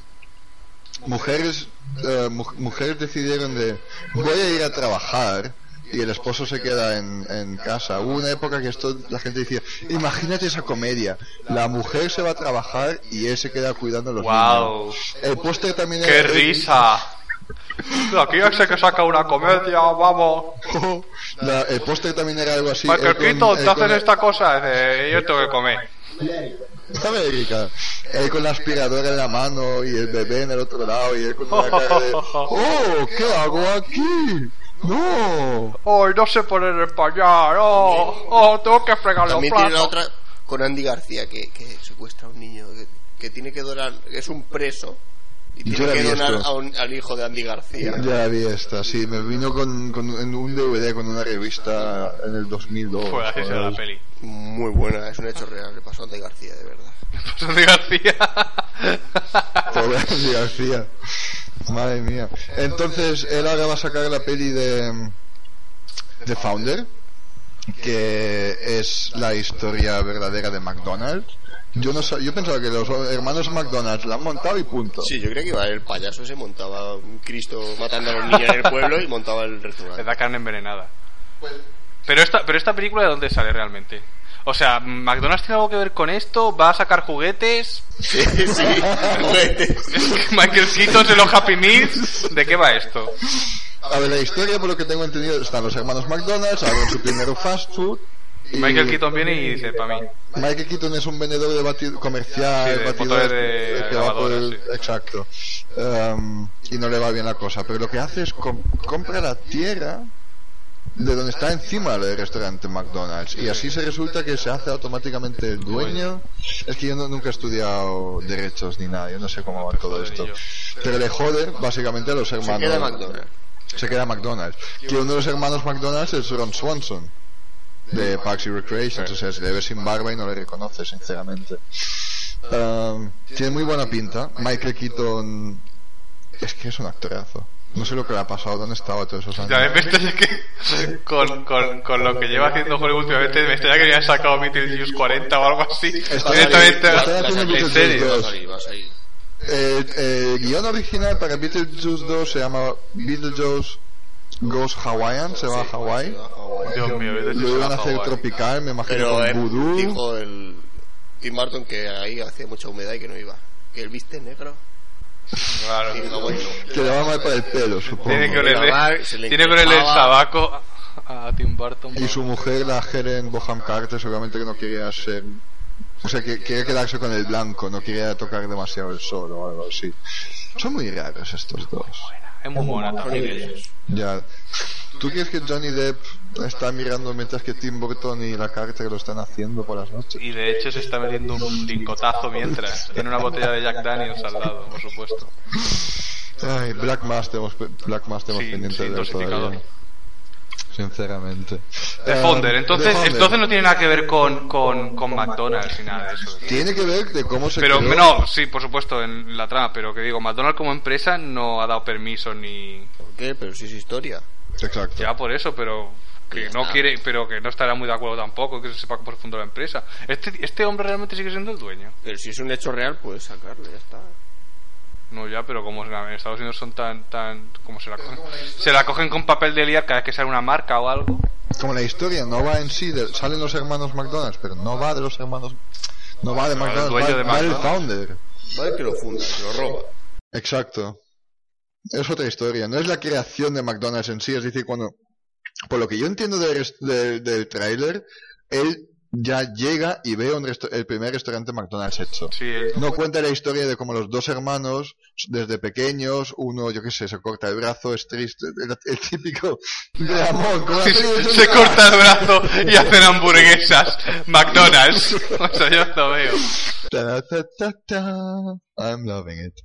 Speaker 3: mujeres, eh, mu- mujeres decidieron de voy a ir a trabajar y el esposo se queda en, en casa. Hubo una época que esto la gente decía, imagínate esa comedia, la mujer se va a trabajar y él se queda cuidando a los
Speaker 2: Wow.
Speaker 3: niños. El póster también
Speaker 2: ¡Qué
Speaker 3: era-
Speaker 2: risa! Aquí ya sé que saca una comedia, vamos.
Speaker 3: La- el póster también era algo así.
Speaker 2: Michael
Speaker 3: él con-
Speaker 2: Keaton,
Speaker 3: él
Speaker 2: te hacen
Speaker 3: con-
Speaker 2: esta cosa. Dice, yo tengo que comer.
Speaker 3: América. Él con la aspiradora en la mano y el bebé en el otro lado y él con una cara de... ¡Oh! ¿Qué hago aquí? ¡No!
Speaker 2: ¡Oh, no sé poner el pañal! ¡Oh, oh tengo que fregar los
Speaker 1: También tiene la
Speaker 2: platos!
Speaker 1: otra con Andy García que, que secuestra a un niño que, que tiene que donar, que es un preso y
Speaker 3: Yo
Speaker 1: tiene
Speaker 3: la
Speaker 1: que
Speaker 3: vi
Speaker 1: donar
Speaker 3: esto.
Speaker 1: a un- al hijo de Andy García.
Speaker 3: Ya la vi esta, sí. Me vino con, con un- en un DVD con una revista en el 2002.
Speaker 2: Pues así será la
Speaker 3: ¿sabes?
Speaker 2: peli.
Speaker 1: Muy buena, es un hecho real, le pasó a Andy García, de verdad.
Speaker 2: Pues de García.
Speaker 3: Pobre Andy García. Madre mía. Entonces, él ahora va a sacar la peli de. de Founder, que es la historia verdadera de McDonald's. Yo no sa- yo pensaba que los hermanos McDonald's la han montado y punto.
Speaker 1: Sí, yo creo que iba el payaso, se montaba un Cristo matando a los niños en el pueblo y montaba el
Speaker 2: Le
Speaker 1: restaurante.
Speaker 2: da carne envenenada. Pero esta, pero esta película de dónde sale realmente? O sea, ¿McDonald's tiene algo que ver con esto? ¿Va a sacar juguetes?
Speaker 1: Sí, sí, juguetes.
Speaker 2: ¿Michael Keaton en los Happy Meals? ¿De qué va esto?
Speaker 3: A ver, la historia, por lo que tengo entendido, están los hermanos McDonald's, abren su primer fast food. y
Speaker 2: Michael Keaton viene y dice, para mí.
Speaker 3: Michael Keaton es un vendedor de bati- comercial,
Speaker 2: Sí, de
Speaker 3: batidores,
Speaker 2: motores de
Speaker 3: el que va por el-
Speaker 2: grabadoras, sí.
Speaker 3: exacto. Em, y no le va bien la cosa, pero lo que hace es com- compra la tierra de donde está encima el restaurante McDonald's y así se resulta que se hace automáticamente el dueño. Es que yo no- nunca he estudiado derechos ni nada, yo no sé cómo va todo
Speaker 2: Pues joder,
Speaker 3: esto.
Speaker 2: ni yo.
Speaker 3: Pero le jode básicamente a los hermanos.
Speaker 1: Queda McDonald's.
Speaker 3: Se queda McDonald's. Que uno de los hermanos McDonald's es Ron Swanson. De Parks y Recreation. O sea, si le ves sin barba y no le reconoces, sinceramente. Um, tiene muy buena pinta. Michael Keaton. Es que es un actorazo. No sé lo que le ha pasado, dónde estaba todos esos años.
Speaker 2: Ya me estoy que con, con, con lo que lleva haciendo Hollywood últimamente me extraña que habían sacado Beetlejuice 40 o algo así
Speaker 3: Está
Speaker 2: directamente
Speaker 3: bien,
Speaker 2: a-
Speaker 3: está haciendo
Speaker 2: en
Speaker 3: Beetlejuice
Speaker 2: serio.
Speaker 1: Vas a salir, vas a salir.
Speaker 3: Eh, eh, el guión original para Beetlejuice 2 se llama Beetlejuice Goes Hawaiian, se va a Hawái.
Speaker 2: Dios mío,
Speaker 3: Lo
Speaker 2: Beetlejuice
Speaker 3: iban a
Speaker 2: era
Speaker 3: hacer
Speaker 2: guay.
Speaker 3: tropical, me imagino
Speaker 1: Pero eh,
Speaker 3: con vudú.
Speaker 1: dijo el Tim Burton que ahí hacía mucha humedad y que no iba. Que el viste negro
Speaker 2: Claro.
Speaker 1: y no bueno.
Speaker 3: Que le va mal para el pelo, supongo.
Speaker 2: Tiene que olerle,
Speaker 1: Grabar, se le
Speaker 2: tiene que olerle el
Speaker 1: increpaba.
Speaker 2: tabaco a a Tim Burton.
Speaker 3: Y su mujer, la Helen Boham Carter, seguramente que no quería ser... O sea, que quería quedarse con el blanco, no quería tocar demasiado el sol o algo así. Son muy raros estos dos.
Speaker 2: Es muy buena también.
Speaker 3: Ya. ¿Tú crees que Johnny Depp está mirando mientras que Tim Burton y la Carter lo están haciendo por las noches?
Speaker 2: Y de hecho se está metiendo un lingotazo mientras. Tiene una botella de Jack Daniels al lado, por supuesto.
Speaker 3: Ay, Black Mass tenemos, pe- Black Mass tenemos
Speaker 2: Sin-
Speaker 3: pendiente
Speaker 2: sin
Speaker 3: de ver todavía.
Speaker 2: dosificador.
Speaker 3: Sinceramente.
Speaker 2: The
Speaker 3: Eh,
Speaker 2: Founder. Entonces,
Speaker 3: The Founder.
Speaker 2: entonces no tiene nada que ver con, con, con McDonald's ni nada de eso.
Speaker 3: Tiene que ver de cómo se
Speaker 2: Pero
Speaker 3: creó-
Speaker 2: no, sí, por supuesto, en la trama, pero que digo, McDonald's como empresa no ha dado permiso ni...
Speaker 1: ¿Por qué? Pero si es historia.
Speaker 3: Exacto.
Speaker 2: Ya por eso, pero que
Speaker 1: Ya
Speaker 2: no
Speaker 1: está.
Speaker 2: quiere, pero que no estará muy de acuerdo tampoco, que se sepa cómo se fundó la empresa. Este, este hombre realmente sigue siendo el dueño.
Speaker 8: Pero si es un hecho real, puedes sacarlo, ya está.
Speaker 2: No, ya, pero como en Estados Unidos son tan. tan como se la cogen? Se la cogen con papel de liar cada vez que sale una marca o algo.
Speaker 3: Como la historia no va en sí, de- salen los hermanos McDonald's, pero no va de los hermanos. No va de
Speaker 2: No, el
Speaker 3: McDonald's,
Speaker 2: dueño
Speaker 3: va,
Speaker 2: de
Speaker 3: va el
Speaker 2: McDonald's.
Speaker 3: founder.
Speaker 1: Vale que lo funda, que lo roba.
Speaker 3: Exacto. Es otra historia, no es la creación de McDonald's en sí, es decir, cuando... Por lo que yo entiendo del, res- del- del tráiler, él ya llega y ve un resto- el primer restaurante McDonald's hecho.
Speaker 2: Sí, el-
Speaker 3: No cuenta la historia de cómo los dos hermanos, desde pequeños, uno, yo qué sé, se corta el brazo, es triste, el, el típico dramón. con la
Speaker 2: Sí,
Speaker 3: peli de
Speaker 2: se,
Speaker 3: Sonic.
Speaker 2: se corta el brazo y hacen hamburguesas. McDonald's. O sea, yo lo veo.
Speaker 3: Ta, ta, ta, ta. I'm loving it.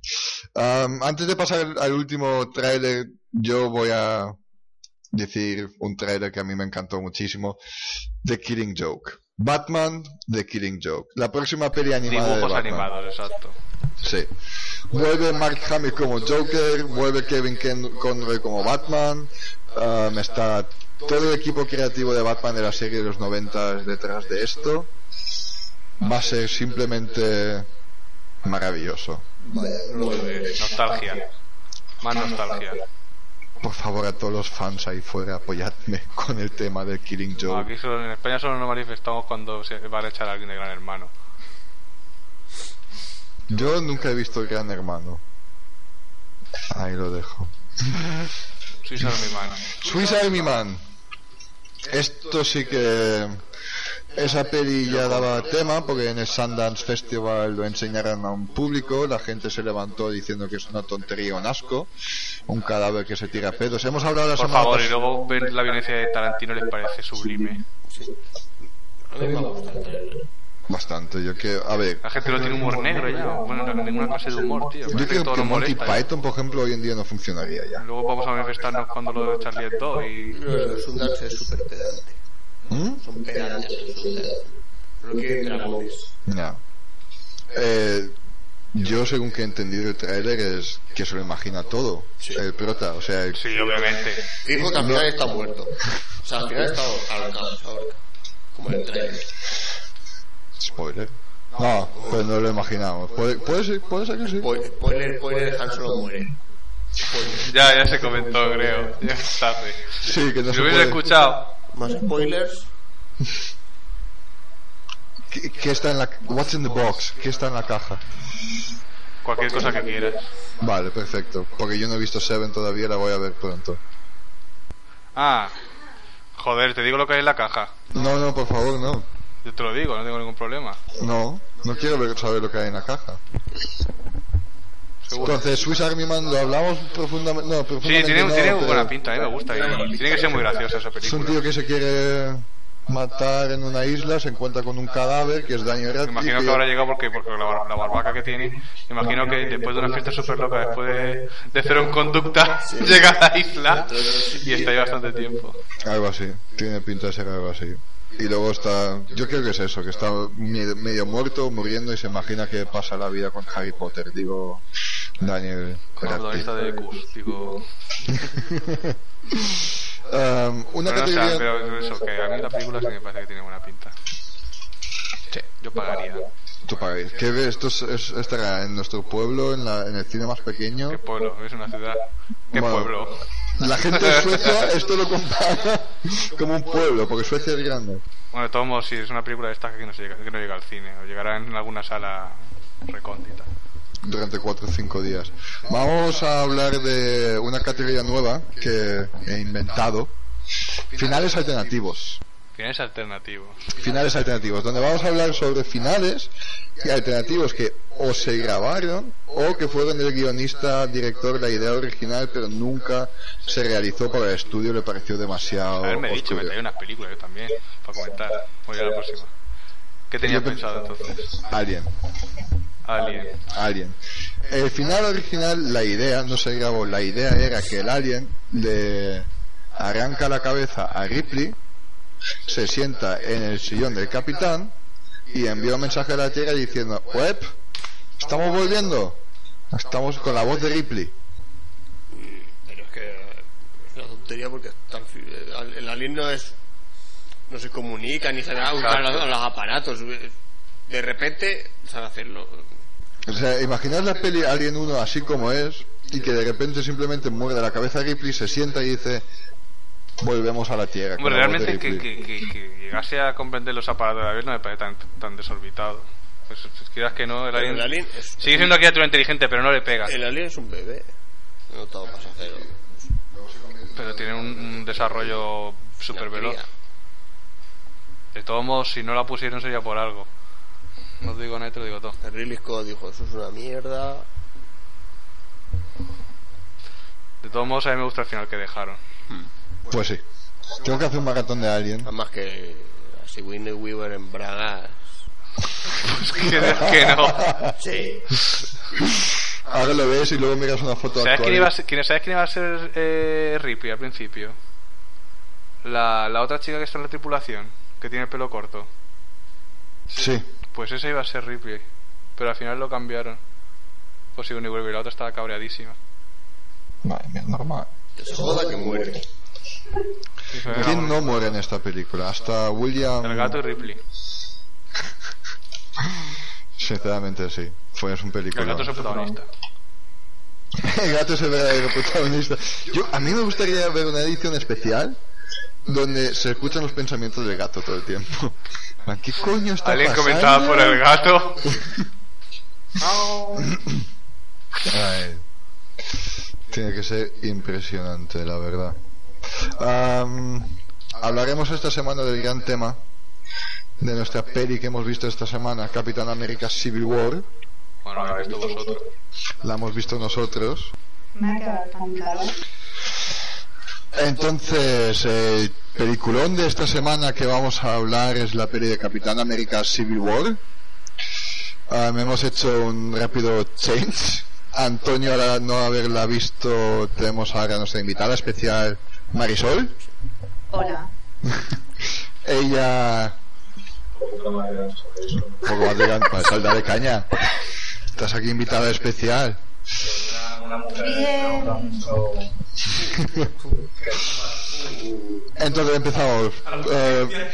Speaker 3: Um, antes de pasar al- al último tráiler, yo voy a decir un tráiler que a mí me encantó muchísimo. The Killing Joke. Batman, The Killing Joke. La próxima peli animada de
Speaker 2: Dibujos
Speaker 3: Batman.
Speaker 2: animados, exacto.
Speaker 3: Sí. Vuelve Mark Hamill como Joker, vuelve Kevin Ken- Conroy como Batman, um, está todo el equipo creativo de Batman de la serie de los 90 detrás de esto. Va a ser simplemente maravilloso.
Speaker 2: Eh, Nostalgia. Más nostalgia.
Speaker 3: Por favor, a todos los fans ahí fuera, apoyadme con el tema del Killing Joke.
Speaker 2: Aquí solo, en España solo nos manifestamos cuando se va a echar a alguien de gran hermano.
Speaker 3: Yo nunca he visto el Gran Hermano. Ahí lo dejo.
Speaker 2: Suiza de mi mano.
Speaker 3: Swiss Army Man. Esto sí que. Esa peli ya daba tema, porque en el Sundance Festival lo enseñaron a un público, la gente se levantó diciendo que es una tontería, un asco, un cadáver que se tira a pedos. Hemos hablado la
Speaker 2: Por
Speaker 3: semana
Speaker 2: favor, y
Speaker 3: pas-
Speaker 2: luego ver la violencia de Tarantino les parece sublime.
Speaker 8: A mí me gusta el trailer.
Speaker 3: bastante. Yo que, a ver,
Speaker 2: La gente no tiene humor negro ya. Bueno, no, ninguna clase de humor, tío.
Speaker 3: yo
Speaker 2: Parece que
Speaker 3: creo
Speaker 2: todo
Speaker 3: que
Speaker 2: nos
Speaker 3: Monty
Speaker 2: molesta. ¿eh? ya.
Speaker 3: Python, por ejemplo, hoy en día no funcionaría ya.
Speaker 2: Luego vamos a manifestarnos cuando lo de Charlie Hebdo y...
Speaker 8: Pero el Sundance es súper pedante.
Speaker 3: ¿Mm?
Speaker 8: Son pedantes el Sundance. No quieren dragones.
Speaker 3: No. Eh, yo, según que he entendido el trailer, es que se lo imagina todo, el prota, o sea, el
Speaker 2: Sí, obviamente.
Speaker 1: Dijo que al final está muerto. O sea, al final está ahorcado, se ahorca. Como en el trailer.
Speaker 3: Spoiler. No, pues no lo imaginamos. Puede, puede ser, puede ser que sí.
Speaker 1: Spoiler, spoiler, spoiler, Han Solo muere.
Speaker 2: Ya, ya se comentó, creo. Ya es tarde.
Speaker 3: Sí, que no
Speaker 2: Si
Speaker 3: se
Speaker 2: lo hubiese
Speaker 3: puede.
Speaker 2: escuchado...
Speaker 1: Más spoilers.
Speaker 3: ¿Qué, qué está en la What's in the box? ¿Qué está en la caja?
Speaker 2: Cualquier cosa que quieras.
Speaker 3: Vale, perfecto. Porque yo no he visto Seven todavía, la voy a ver pronto.
Speaker 2: Ah, joder, te digo lo que hay en la caja.
Speaker 3: No, no, por favor, no.
Speaker 2: Yo te lo digo, no tengo ningún problema.
Speaker 3: No, no quiero ver, saber lo que hay en la caja. Entonces, Swiss Army Man lo hablamos profundamente. No,
Speaker 2: Sí,
Speaker 3: profundamente
Speaker 2: tiene,
Speaker 3: no,
Speaker 2: tiene
Speaker 3: pero
Speaker 2: buena pinta, a mí me gusta. y Tiene que ser muy graciosa esa
Speaker 3: Es
Speaker 2: película.
Speaker 3: un tío que se quiere matar en una isla, se encuentra con un cadáver que es daño
Speaker 2: Me
Speaker 3: erático.
Speaker 2: imagino que habrá llegado porque, porque la, bar- la barbaca que tiene, me imagino que después de una fiesta súper loca, después de, de cero en conducta, llega a la isla y está ahí bastante tiempo.
Speaker 3: Algo así, tiene pinta de ser algo así. Y luego está, yo creo que es eso, que está me- medio muerto, muriendo y se imagina que pasa la vida con Harry Potter, digo Daniel. Em,
Speaker 2: Como
Speaker 3: Radcliffe.
Speaker 2: protagonista de Cus, digo...
Speaker 3: Um, una
Speaker 2: Pero no, o sea,
Speaker 3: categoría...
Speaker 2: pero eso, que a mí la película sí me parece que tiene buena pinta. Sí, yo pagaría.
Speaker 3: Tú pagáis. ¿Qué ves? esto es- es- estará en nuestro pueblo, en, la- en el cine más pequeño.
Speaker 2: ¿Qué pueblo? Es una ciudad. ¿Qué
Speaker 3: Bueno.
Speaker 2: pueblo?
Speaker 3: La gente de Suecia esto lo compara como un pueblo, porque Suecia es grande.
Speaker 2: Bueno, de todos modos, sí, es una película de estas que no, se llega, que no llega al cine, o llegará en alguna sala recóndita.
Speaker 3: durante cuatro o cinco días. Vamos a hablar de una categoría nueva que he inventado. Finales alternativos.
Speaker 2: Finales alternativos.
Speaker 3: Finales alternativos, donde vamos a hablar sobre finales y alternativos que o se grabaron o que fueron del guionista, director, la idea original, pero nunca se realizó para el estudio, le pareció demasiado...
Speaker 2: Haberme dicho, me
Speaker 3: oscuro.
Speaker 2: traía unas películas yo también, para comentar. Voy a la próxima. ¿Qué tenía
Speaker 3: Yo pen-
Speaker 2: pensado entonces?
Speaker 3: Alien.
Speaker 2: Alien.
Speaker 3: Alien. El final original, la idea, no se grabó, la idea era que el alien le arranca la cabeza a Ripley, se sienta en el sillón del capitán y envía un mensaje a la Tierra diciendo, web, estamos volviendo, estamos con la voz de Ripley.
Speaker 8: Pero es que. Es una
Speaker 9: tontería porque Starfield, eh, al- el alien no es. No se comunica ni sabe usar los, los aparatos. eh, De repente sabe hacerlo.
Speaker 3: O sea, imaginad la peli Alien 1 así como es y que de repente simplemente muerde la cabeza a Ripley, se sienta y dice volvemos a la Tierra. con
Speaker 2: Hombre,
Speaker 3: la voz de
Speaker 2: realmente que,
Speaker 3: Ripley".
Speaker 2: que- que- que llegase a comprender los aparatos de la vez no me parece tan, tan desorbitado. Pues si quieras que no, el
Speaker 9: Pero
Speaker 2: alien,
Speaker 9: el alien es-
Speaker 2: sigue siendo una criatura inteligente, pero no le pega.
Speaker 9: El alien es un bebé.
Speaker 1: No todo pasajero.
Speaker 2: Pero tiene un, un desarrollo súper veloz.
Speaker 1: cría.
Speaker 2: De todos modos, si no la pusieron sería por algo. No te digo nada, y te lo digo todo.
Speaker 1: El Ridley Scott dijo, eso es una mierda.
Speaker 2: De todos modos, a mí me gusta el final que dejaron.
Speaker 3: Pues sí. Tengo que hacer un maratón de Alien.
Speaker 1: Además que así Winnie Weaver en bragas.
Speaker 2: Pues que, que no.
Speaker 1: Sí.
Speaker 3: Ahora lo ves y luego miras una foto
Speaker 2: ¿Sabes quién, iba a
Speaker 3: actual.
Speaker 2: ser, quién- ¿Sabes quién iba a ser eh, Ripley al principio? La, la otra chica que está en la tripulación, que tiene el pelo corto.
Speaker 3: Sí.
Speaker 2: Pues esa iba a ser Ripley. Pero al final lo cambiaron. Pues si Universe y la otra estaba cabreadísima.
Speaker 3: Madre mía, normal.
Speaker 1: Que se joda que muere.
Speaker 2: Y se me
Speaker 3: ¿Quién
Speaker 2: va-
Speaker 3: no muere en esta película? Hasta William.
Speaker 2: El gato y Ripley.
Speaker 3: Sinceramente sí. Fue es un película.
Speaker 2: El gato es el protagonista.
Speaker 3: El gato es el verdadero protagonista. Yo, a mí me gustaría ver una edición especial donde se escuchan los pensamientos del gato todo el tiempo. Man, ¿Qué coño está
Speaker 2: Alguien
Speaker 3: pasando?
Speaker 2: comentaba por el gato.
Speaker 3: Ay. Tiene que ser impresionante, la verdad. Am, hablaremos esta semana del gran tema de nuestra peli que hemos visto esta semana, Capitán América Civil War.
Speaker 2: Bueno, habéis visto vosotros.
Speaker 3: La hemos visto nosotros.
Speaker 10: Me ha quedado tan claro.
Speaker 3: Entonces, el peliculón de esta semana que vamos a hablar es la peli de Capitán América Civil War. Ah, me hemos hecho un rápido change. Antonio, ahora no haberla visto, tenemos ahora a nuestra invitada especial, Marisol.
Speaker 10: Hola.
Speaker 3: Ella... Un poco más de gan- para salda de caña. Estás aquí invitada especial.
Speaker 10: Bien.
Speaker 3: Entonces empezamos. Eh,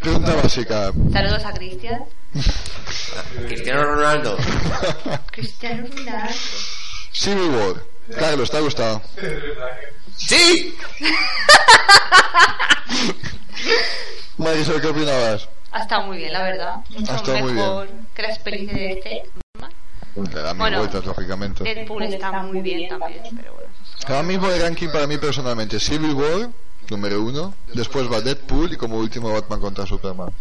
Speaker 3: pregunta básica.
Speaker 10: Saludos a Cristian.
Speaker 1: Cristiano Ronaldo.
Speaker 10: Cristian Ronaldo.
Speaker 3: Civil War. Carlos, ¿te ha gustado?
Speaker 1: ¡Sí!
Speaker 3: Marisol, ¿qué opinabas?
Speaker 10: Ha estado muy bien, la verdad. Mucho
Speaker 3: Ha estado muy
Speaker 10: mejor que la experiencia de este.
Speaker 3: Le da mil
Speaker 10: Bueno,
Speaker 3: vueltas, lógicamente.
Speaker 10: Deadpool está muy bien también, pero bueno.
Speaker 3: Ahora mismo el ranking para mí personalmente Civil War, número uno. Después va Deadpool y como último Batman contra Superman.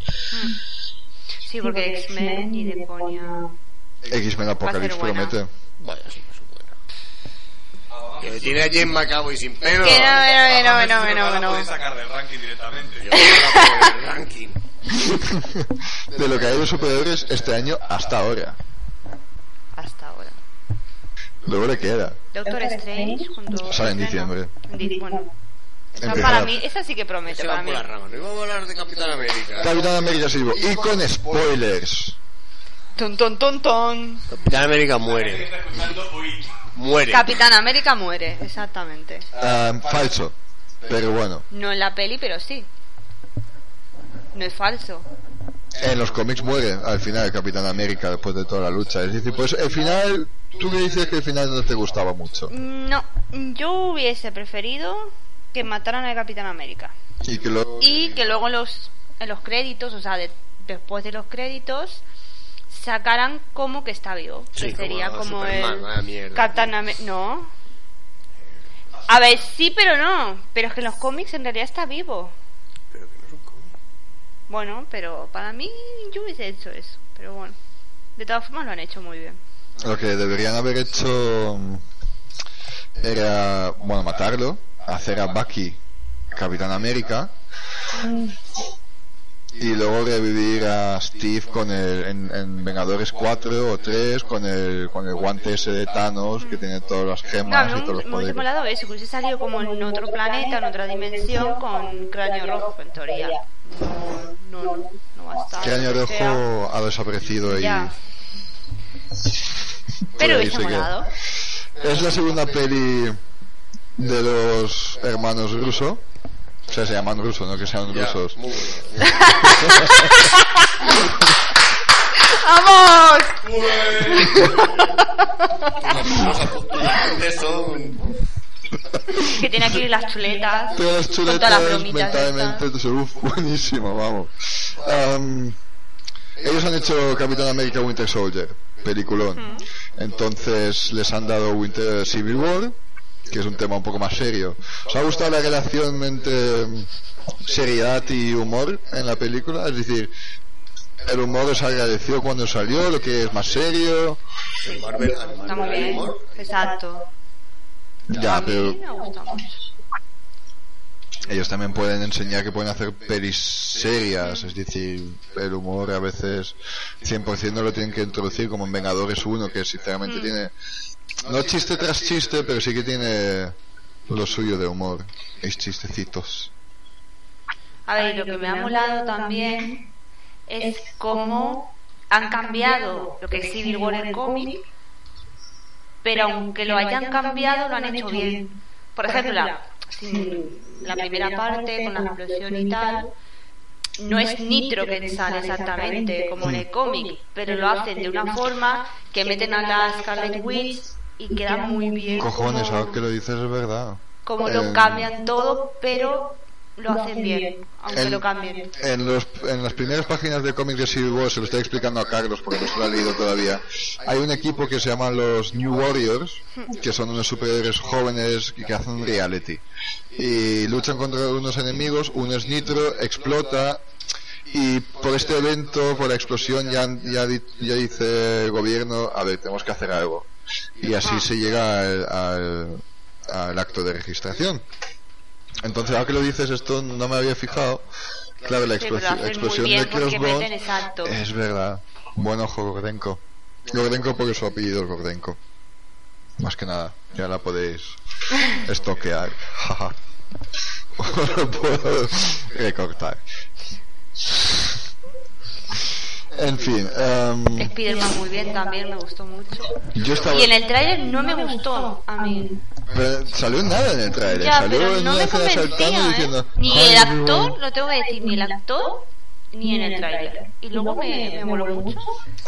Speaker 10: Sí, porque X-Men ni de coña.
Speaker 3: X-Men Apocalypse
Speaker 10: buena.
Speaker 3: promete.
Speaker 1: Vaya, sí que es buena. Que tiene a Jim McAvoy sin pelo.
Speaker 10: Que no, no, no, no, no, no, no.
Speaker 2: sacar del ranking directamente.
Speaker 1: Yo voy a por el ranking.
Speaker 3: De lo que hay de superhéroes este año hasta ahora.
Speaker 10: Hasta ahora.
Speaker 3: Luego le queda.
Speaker 10: Doctor Strange junto
Speaker 3: Sale en diciembre.
Speaker 10: En di- Bueno. Esa
Speaker 3: Empezará.
Speaker 10: para mí, esa sí que promete
Speaker 1: Se
Speaker 10: Este para
Speaker 1: van
Speaker 10: mí.
Speaker 1: por las ramas. No íbamos a hablar de Capitán América.
Speaker 3: Capitán América Civil War. Y con spoilers.
Speaker 10: Ton, ton, ton, ton.
Speaker 1: Capitán América muere. Muere.
Speaker 10: Capitán América muere, exactamente.
Speaker 3: Ah, falso. Pero bueno,
Speaker 10: No en la peli, pero sí. No es falso.
Speaker 3: en los cómics muere al final Capitán América después de toda la lucha. Es decir, pues el final, tú me dices que el final no te gustaba mucho.
Speaker 10: No, yo hubiese preferido que mataran al Capitán América.
Speaker 3: Y que lo...
Speaker 10: Y que luego en los, en los créditos, o sea, de- después de los créditos, sacaran como que está vivo.
Speaker 1: Sí,
Speaker 10: que
Speaker 1: como
Speaker 10: sería como
Speaker 1: Superman, vaya
Speaker 10: el
Speaker 1: mierda.
Speaker 10: Capitán América. No. A ver, sí, pero no. Pero es que en los cómics en realidad está vivo. Bueno, pero para mí yo hubiese hecho eso. Pero bueno, de todas formas lo han hecho muy bien.
Speaker 3: Lo que deberían haber hecho mm, era, bueno, matarlo, hacer a Bucky Capitán América
Speaker 10: Mm.
Speaker 3: y luego revivir a Steve con el, en, en Vengadores 4 o 3 con el, con el guante ese de Thanos que tiene todas las
Speaker 10: No,
Speaker 3: gemas
Speaker 10: a mí
Speaker 3: y
Speaker 10: me,
Speaker 3: todos los
Speaker 10: me hubiese
Speaker 3: poderes.
Speaker 10: molado eso, que hubiese salido como en otro planeta, en otra dimensión, con cráneo rojo, en teoría. No, no, no, no va a estar.
Speaker 3: Cráneo
Speaker 10: o sea,
Speaker 3: Rojo ha desaparecido y
Speaker 10: Ya. Pero
Speaker 3: ahí
Speaker 10: hubiese
Speaker 3: se queda.
Speaker 10: molado.
Speaker 3: es la segunda peli de los hermanos ruso. O sea, se llaman ruso, no que sean rusos.
Speaker 10: ¡Vamos!
Speaker 9: Este
Speaker 10: que tiene aquí las chuletas.
Speaker 3: Todas las
Speaker 10: con todas las
Speaker 3: chuletas
Speaker 10: bromitas estas.
Speaker 3: mentalmente, entonces, uf, buenísimo, vamos. Am, ellos han hecho Capitán América Winter Soldier, peliculón. Entonces les han dado Winter Civil War, que es un tema un poco más serio. ¿Os ha gustado la relación entre mm, seriedad y humor en la película? Es decir, el humor os agradeció cuando salió, lo que es más serio.
Speaker 10: Está muy bien. Exacto.
Speaker 3: Ya, pero
Speaker 10: Me gusta mucho.
Speaker 3: ellos también pueden enseñar que pueden hacer pelis serias, es decir, el humor a veces 100% no lo tienen que introducir como en Vengadores 1, que sinceramente
Speaker 10: Mm.
Speaker 3: tiene, no chiste tras chiste, pero sí que tiene lo suyo de humor, es chistecitos.
Speaker 10: A ver, lo que me ha molado también es cómo han cambiado lo que es Civil War en cómic, pero aunque lo hayan cambiado, lo han hecho bien. Por ejemplo, la, sin- la primera parte con la explosión y tal, no es Nitro que sale exactamente como en el cómic, pero lo hacen de una forma que meten a la Scarlet Witch y queda muy bien.
Speaker 3: Cojones,
Speaker 10: como-
Speaker 3: ahora que lo dices es verdad.
Speaker 10: como
Speaker 3: Eh,
Speaker 10: lo cambian todo, pero lo hacen bien, aunque lo cambien.
Speaker 3: En, los, en las primeras páginas de cómics de Civil War, se lo estoy explicando a Carlos porque no se lo ha leído todavía, hay un equipo que se llama los New Warriors, que son unos superhéroes jóvenes que que hacen reality. Y luchan contra unos enemigos, uno es Nitro, explota, y por este evento, por la explosión, ya, han- ya, di- ya dice el gobierno, a ver, tenemos que hacer algo. Y así se llega al- al- al acto de registración. Entonces, ahora que lo dices, esto no me había fijado. Claro, la
Speaker 10: Sí, pero lo
Speaker 3: explosi-
Speaker 10: hacen
Speaker 3: explosión
Speaker 10: muy bien
Speaker 3: de
Speaker 10: porque
Speaker 3: Crossbones
Speaker 10: meten exacto.
Speaker 3: es verdad. Buen ojo, Gordenko. Gordenko porque su apellido es Gordenko. Más que nada, ya la podéis estoquear. Jaja. Os lo puedo recortar. En fin, em,
Speaker 10: Spiderman muy bien también, me gustó mucho.
Speaker 3: yo estaba.
Speaker 10: Y en el tráiler no me gustó a mí.
Speaker 3: Pero salió nada en el trailer.
Speaker 10: Ya,
Speaker 3: salió
Speaker 10: pero
Speaker 3: en
Speaker 10: no
Speaker 3: una
Speaker 10: me
Speaker 3: escena saltando
Speaker 10: convencía, ¿eh?
Speaker 3: diciendo.
Speaker 10: Ni
Speaker 3: "Hi,
Speaker 10: el
Speaker 3: everyone".
Speaker 10: actor, lo tengo que decir, ni el actor ni en el tráiler. Y luego me, me moló mucho.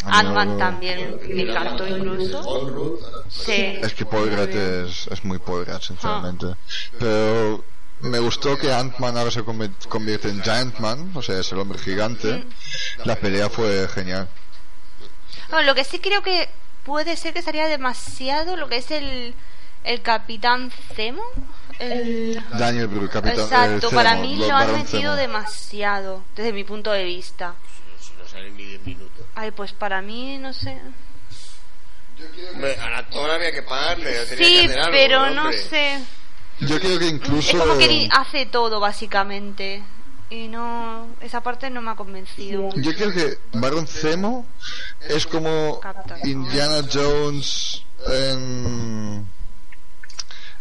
Speaker 3: Ah,
Speaker 10: Ant-Man también me encantó incluso. Sí.
Speaker 3: Es que Poirot es, es muy Poirot, sinceramente.
Speaker 10: Ah.
Speaker 3: Pero me gustó que Ant-Man ahora se convi- convierte en Giant-Man, o sea, es el hombre gigante. La pelea fue genial.
Speaker 10: No, lo que sí creo que puede ser que sería demasiado lo que es el, el Capitán Zemo. El...
Speaker 3: Daniel Brühl, capitán. eh,
Speaker 10: Exacto,
Speaker 3: Zemo,
Speaker 10: para mí
Speaker 3: Lord
Speaker 10: lo han
Speaker 3: Baron Zemo.
Speaker 10: metido demasiado, desde mi punto de vista.
Speaker 9: Eso no sale ni 10 minutos.
Speaker 10: Ay, pues para mí, no sé.
Speaker 9: Hombre, al actor había que pagarle. tenía que
Speaker 10: Sí,
Speaker 9: hacer algo,
Speaker 10: pero no
Speaker 9: hombre.
Speaker 10: sé.
Speaker 3: Yo creo que
Speaker 10: Es
Speaker 3: incluso.
Speaker 10: como que ni hace todo, básicamente. Y no. Esa parte no me ha convencido.
Speaker 3: Yo creo que Baron Zemo es como
Speaker 10: Capitán.
Speaker 3: Indiana Jones en,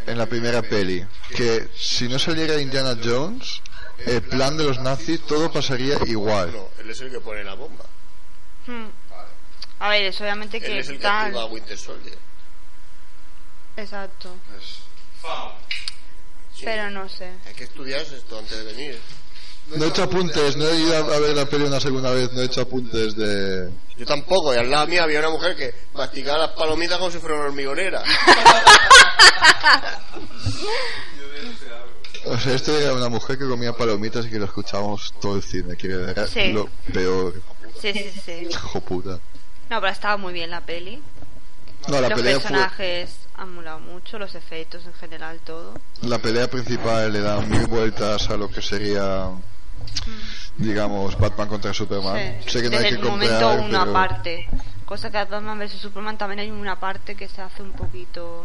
Speaker 3: en la primera peli. Que si no saliera Indiana Jones, el plan de los nazis, todo pasaría igual.
Speaker 9: No, él es el que pone la bomba.
Speaker 10: Hmm. A ver, es obviamente
Speaker 9: Él
Speaker 10: que
Speaker 9: es el que
Speaker 10: tal.
Speaker 9: activa a Winter Soldier.
Speaker 10: Exacto. Pero no sé.
Speaker 9: Hay que estudiar esto antes de venir.
Speaker 3: No he hecho apuntes, no he ido a a ver la peli una segunda vez, no he hecho apuntes de...
Speaker 9: Yo tampoco, y al lado mía había una mujer que masticaba las palomitas como si fuera una hormigonera.
Speaker 3: O sea, esto era una mujer que comía palomitas y que lo escuchábamos todo el cine, quiere decir, era
Speaker 10: Sí.
Speaker 3: lo peor,
Speaker 10: Sí, sí, sí.
Speaker 3: hijo puta.
Speaker 10: No, pero estaba muy bien la peli.
Speaker 3: No, la
Speaker 10: los
Speaker 3: pelea, fue,
Speaker 10: personajes han molado mucho, los efectos en general, todo.
Speaker 3: la pelea principal le da mil vueltas a lo que sería, digamos, Batman contra Superman.
Speaker 10: Sí.
Speaker 3: Sé que no
Speaker 10: Desde
Speaker 3: hay que
Speaker 10: el momento
Speaker 3: comprar,
Speaker 10: una
Speaker 3: pero-
Speaker 10: parte. Cosa que a Batman vs Superman también hay una parte que se hace un poquito.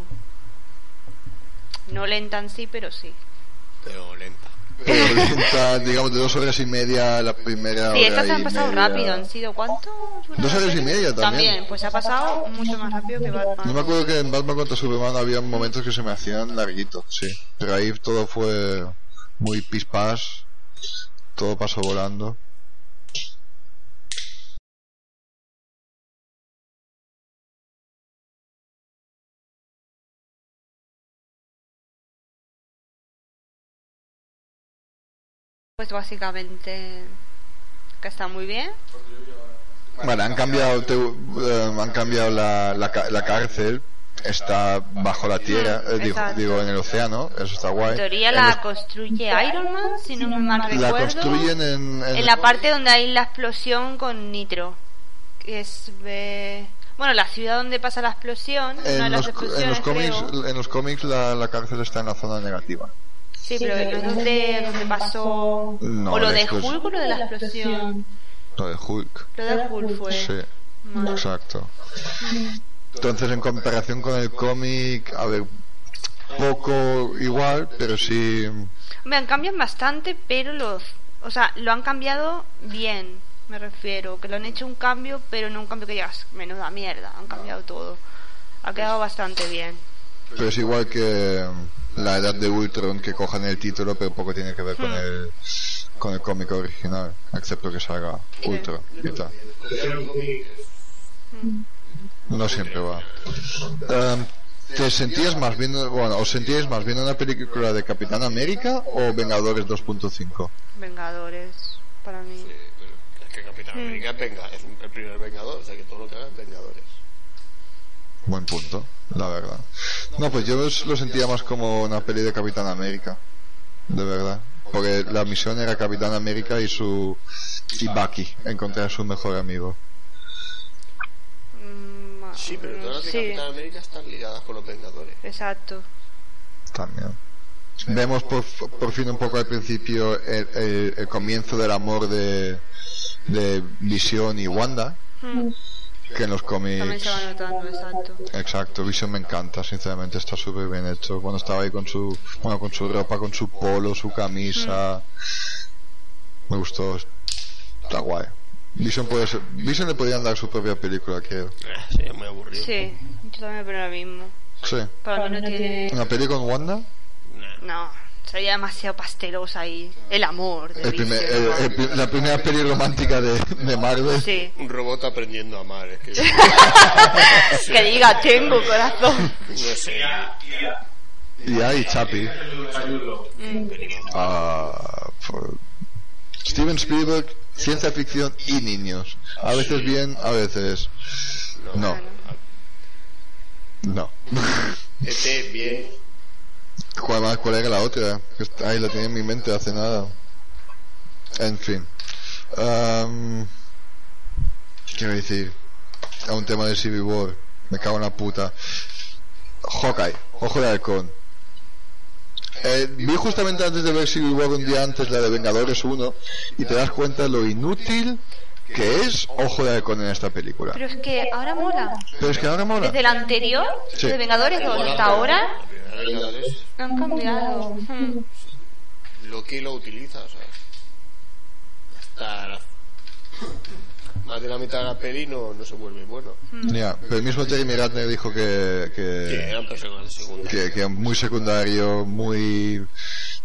Speaker 10: No lenta en sí, pero sí.
Speaker 9: Pero lenta.
Speaker 3: pero lenta, digamos, de dos horas y media la primera
Speaker 10: Sí,
Speaker 3: hora
Speaker 10: estas se han
Speaker 3: y
Speaker 10: pasado
Speaker 3: media.
Speaker 10: rápido, han sido ¿cuánto?
Speaker 3: Dos horas y media también.
Speaker 10: También, pues se ha pasado mucho más rápido que
Speaker 3: Yo me
Speaker 10: Batman.
Speaker 3: acuerdo que en Batman contra Superman había momentos que se me hacían larguitos, sí. Pero ahí todo fue muy pispás, todo pasó volando.
Speaker 10: Pues básicamente que está muy bien.
Speaker 3: Vale, han cambiado, te- eh, han cambiado la, la, ca- la cárcel. Está bajo la tierra, eh, digo,
Speaker 10: Exacto.
Speaker 3: digo, en el océano. Eso está guay.
Speaker 10: En teoría
Speaker 3: En
Speaker 10: la construye Iron Man, si no me mal
Speaker 3: los-
Speaker 10: recuerdo.
Speaker 3: Pues, la construyen en, en-
Speaker 10: En la parte donde hay la explosión con nitro. Que es. eh, Bueno, la ciudad donde pasa la explosión. una de
Speaker 3: en
Speaker 10: las
Speaker 3: los, en los
Speaker 10: explosiones,
Speaker 3: cómics,
Speaker 10: creo.
Speaker 3: en los cómics la, la cárcel está en la zona negativa.
Speaker 10: Sí, pero no es donde, donde pasó.
Speaker 3: No,
Speaker 10: o lo
Speaker 3: la
Speaker 10: de
Speaker 3: explos-
Speaker 10: Hulk o lo de la explosión.
Speaker 3: Lo de Hulk.
Speaker 10: Lo de Hulk fue.
Speaker 3: Sí,
Speaker 10: Pues, Vale.
Speaker 3: exacto. Entonces, en comparación con el cómic, a ver, poco igual, pero sí.
Speaker 10: Hombre, han cambiado bastante, pero los. O sea, lo han cambiado bien, me refiero. Que lo han hecho un cambio, pero no un cambio que digas, menuda mierda, han cambiado todo. Ha quedado bastante bien.
Speaker 3: Pero es igual que mm, la edad de Ultron que cojan el título, pero poco tiene que ver con el con el cómic original, excepto que salga Ultron y tal. No siempre va. Em, ¿Te sentías más viendo, bueno, os sentíais más viendo una película de Capitán América o Vengadores 2.5?
Speaker 10: Vengadores, para mí.
Speaker 9: Es que Capitán
Speaker 10: Mm.
Speaker 9: América es, venga, es un- el primer vengador, o sea que todo lo que hagan vengadores.
Speaker 3: Buen punto, la verdad. No, pues yo es- lo sentía más como una peli de Capitán América, de verdad. Porque la misión era Capitán América y su. y Bucky, encontrar a su mejor amigo.
Speaker 10: Mm, ma-
Speaker 9: Sí, pero todas las de
Speaker 10: sí,
Speaker 9: Capitán América están ligadas con los vengadores.
Speaker 10: Exacto.
Speaker 3: También. Vemos por, por fin un poco al principio el, el- el comienzo del amor de. de Visión y Wanda,
Speaker 10: Mm,
Speaker 3: que en los
Speaker 10: También
Speaker 3: cómics.
Speaker 10: se va notando, exacto.
Speaker 3: Exacto, Vision me encanta, sinceramente está súper bien hecho. Cuando estaba ahí con su, bueno, con su ropa, con su polo, su camisa, me gustó, está guay. Vision puede ser, Vision le podrían dar su propia película, creo.
Speaker 9: Ah, Sería muy aburrido.
Speaker 10: Sí, yo también opino lo mismo.
Speaker 3: Sí,
Speaker 10: Para mí no tiene.
Speaker 3: una peli con Wanda.
Speaker 9: Nah.
Speaker 10: No, sería demasiado pastelosa ahí. El amor de
Speaker 3: El primer-
Speaker 10: Vision.
Speaker 3: el- el pri- la primera peli romántica de, de Marvel.
Speaker 10: Sí.
Speaker 9: Un robot aprendiendo a amar, es que
Speaker 10: que diga, tengo corazón.
Speaker 9: no sé.
Speaker 3: Y ahí Chapi. Ah, por- Steven Spielberg, ciencia ficción y niños. A veces bien, a veces no. No.
Speaker 9: ET Este, bien,
Speaker 3: ¿Cuál, más- cuál era la otra? Ahí la tenía en mi mente hace nada. En fin. Am, quiero decir, a un tema de Civil War. Me cago en la puta. Hawkeye, Ojo de Halcón. Eh, vi justamente antes de ver Civil War un día antes la de Vengadores 1 y te das cuenta lo inútil que es Ojo de Halcón en esta película.
Speaker 10: Pero es que ahora mola.
Speaker 3: Pero es que ahora mola.
Speaker 10: Desde la anterior,
Speaker 3: Sí.
Speaker 10: de Vengadores dos hasta ahora,
Speaker 9: Vengadores,
Speaker 10: han cambiado. Mm.
Speaker 9: Loki lo utiliza, o sea. Hasta la- más de la mitad de la peli no, no se vuelve bueno.
Speaker 3: Ya, pero el mismo Jeremy Ratner dijo que-
Speaker 9: Que eran personas segundas.
Speaker 3: que, que muy secundario, muy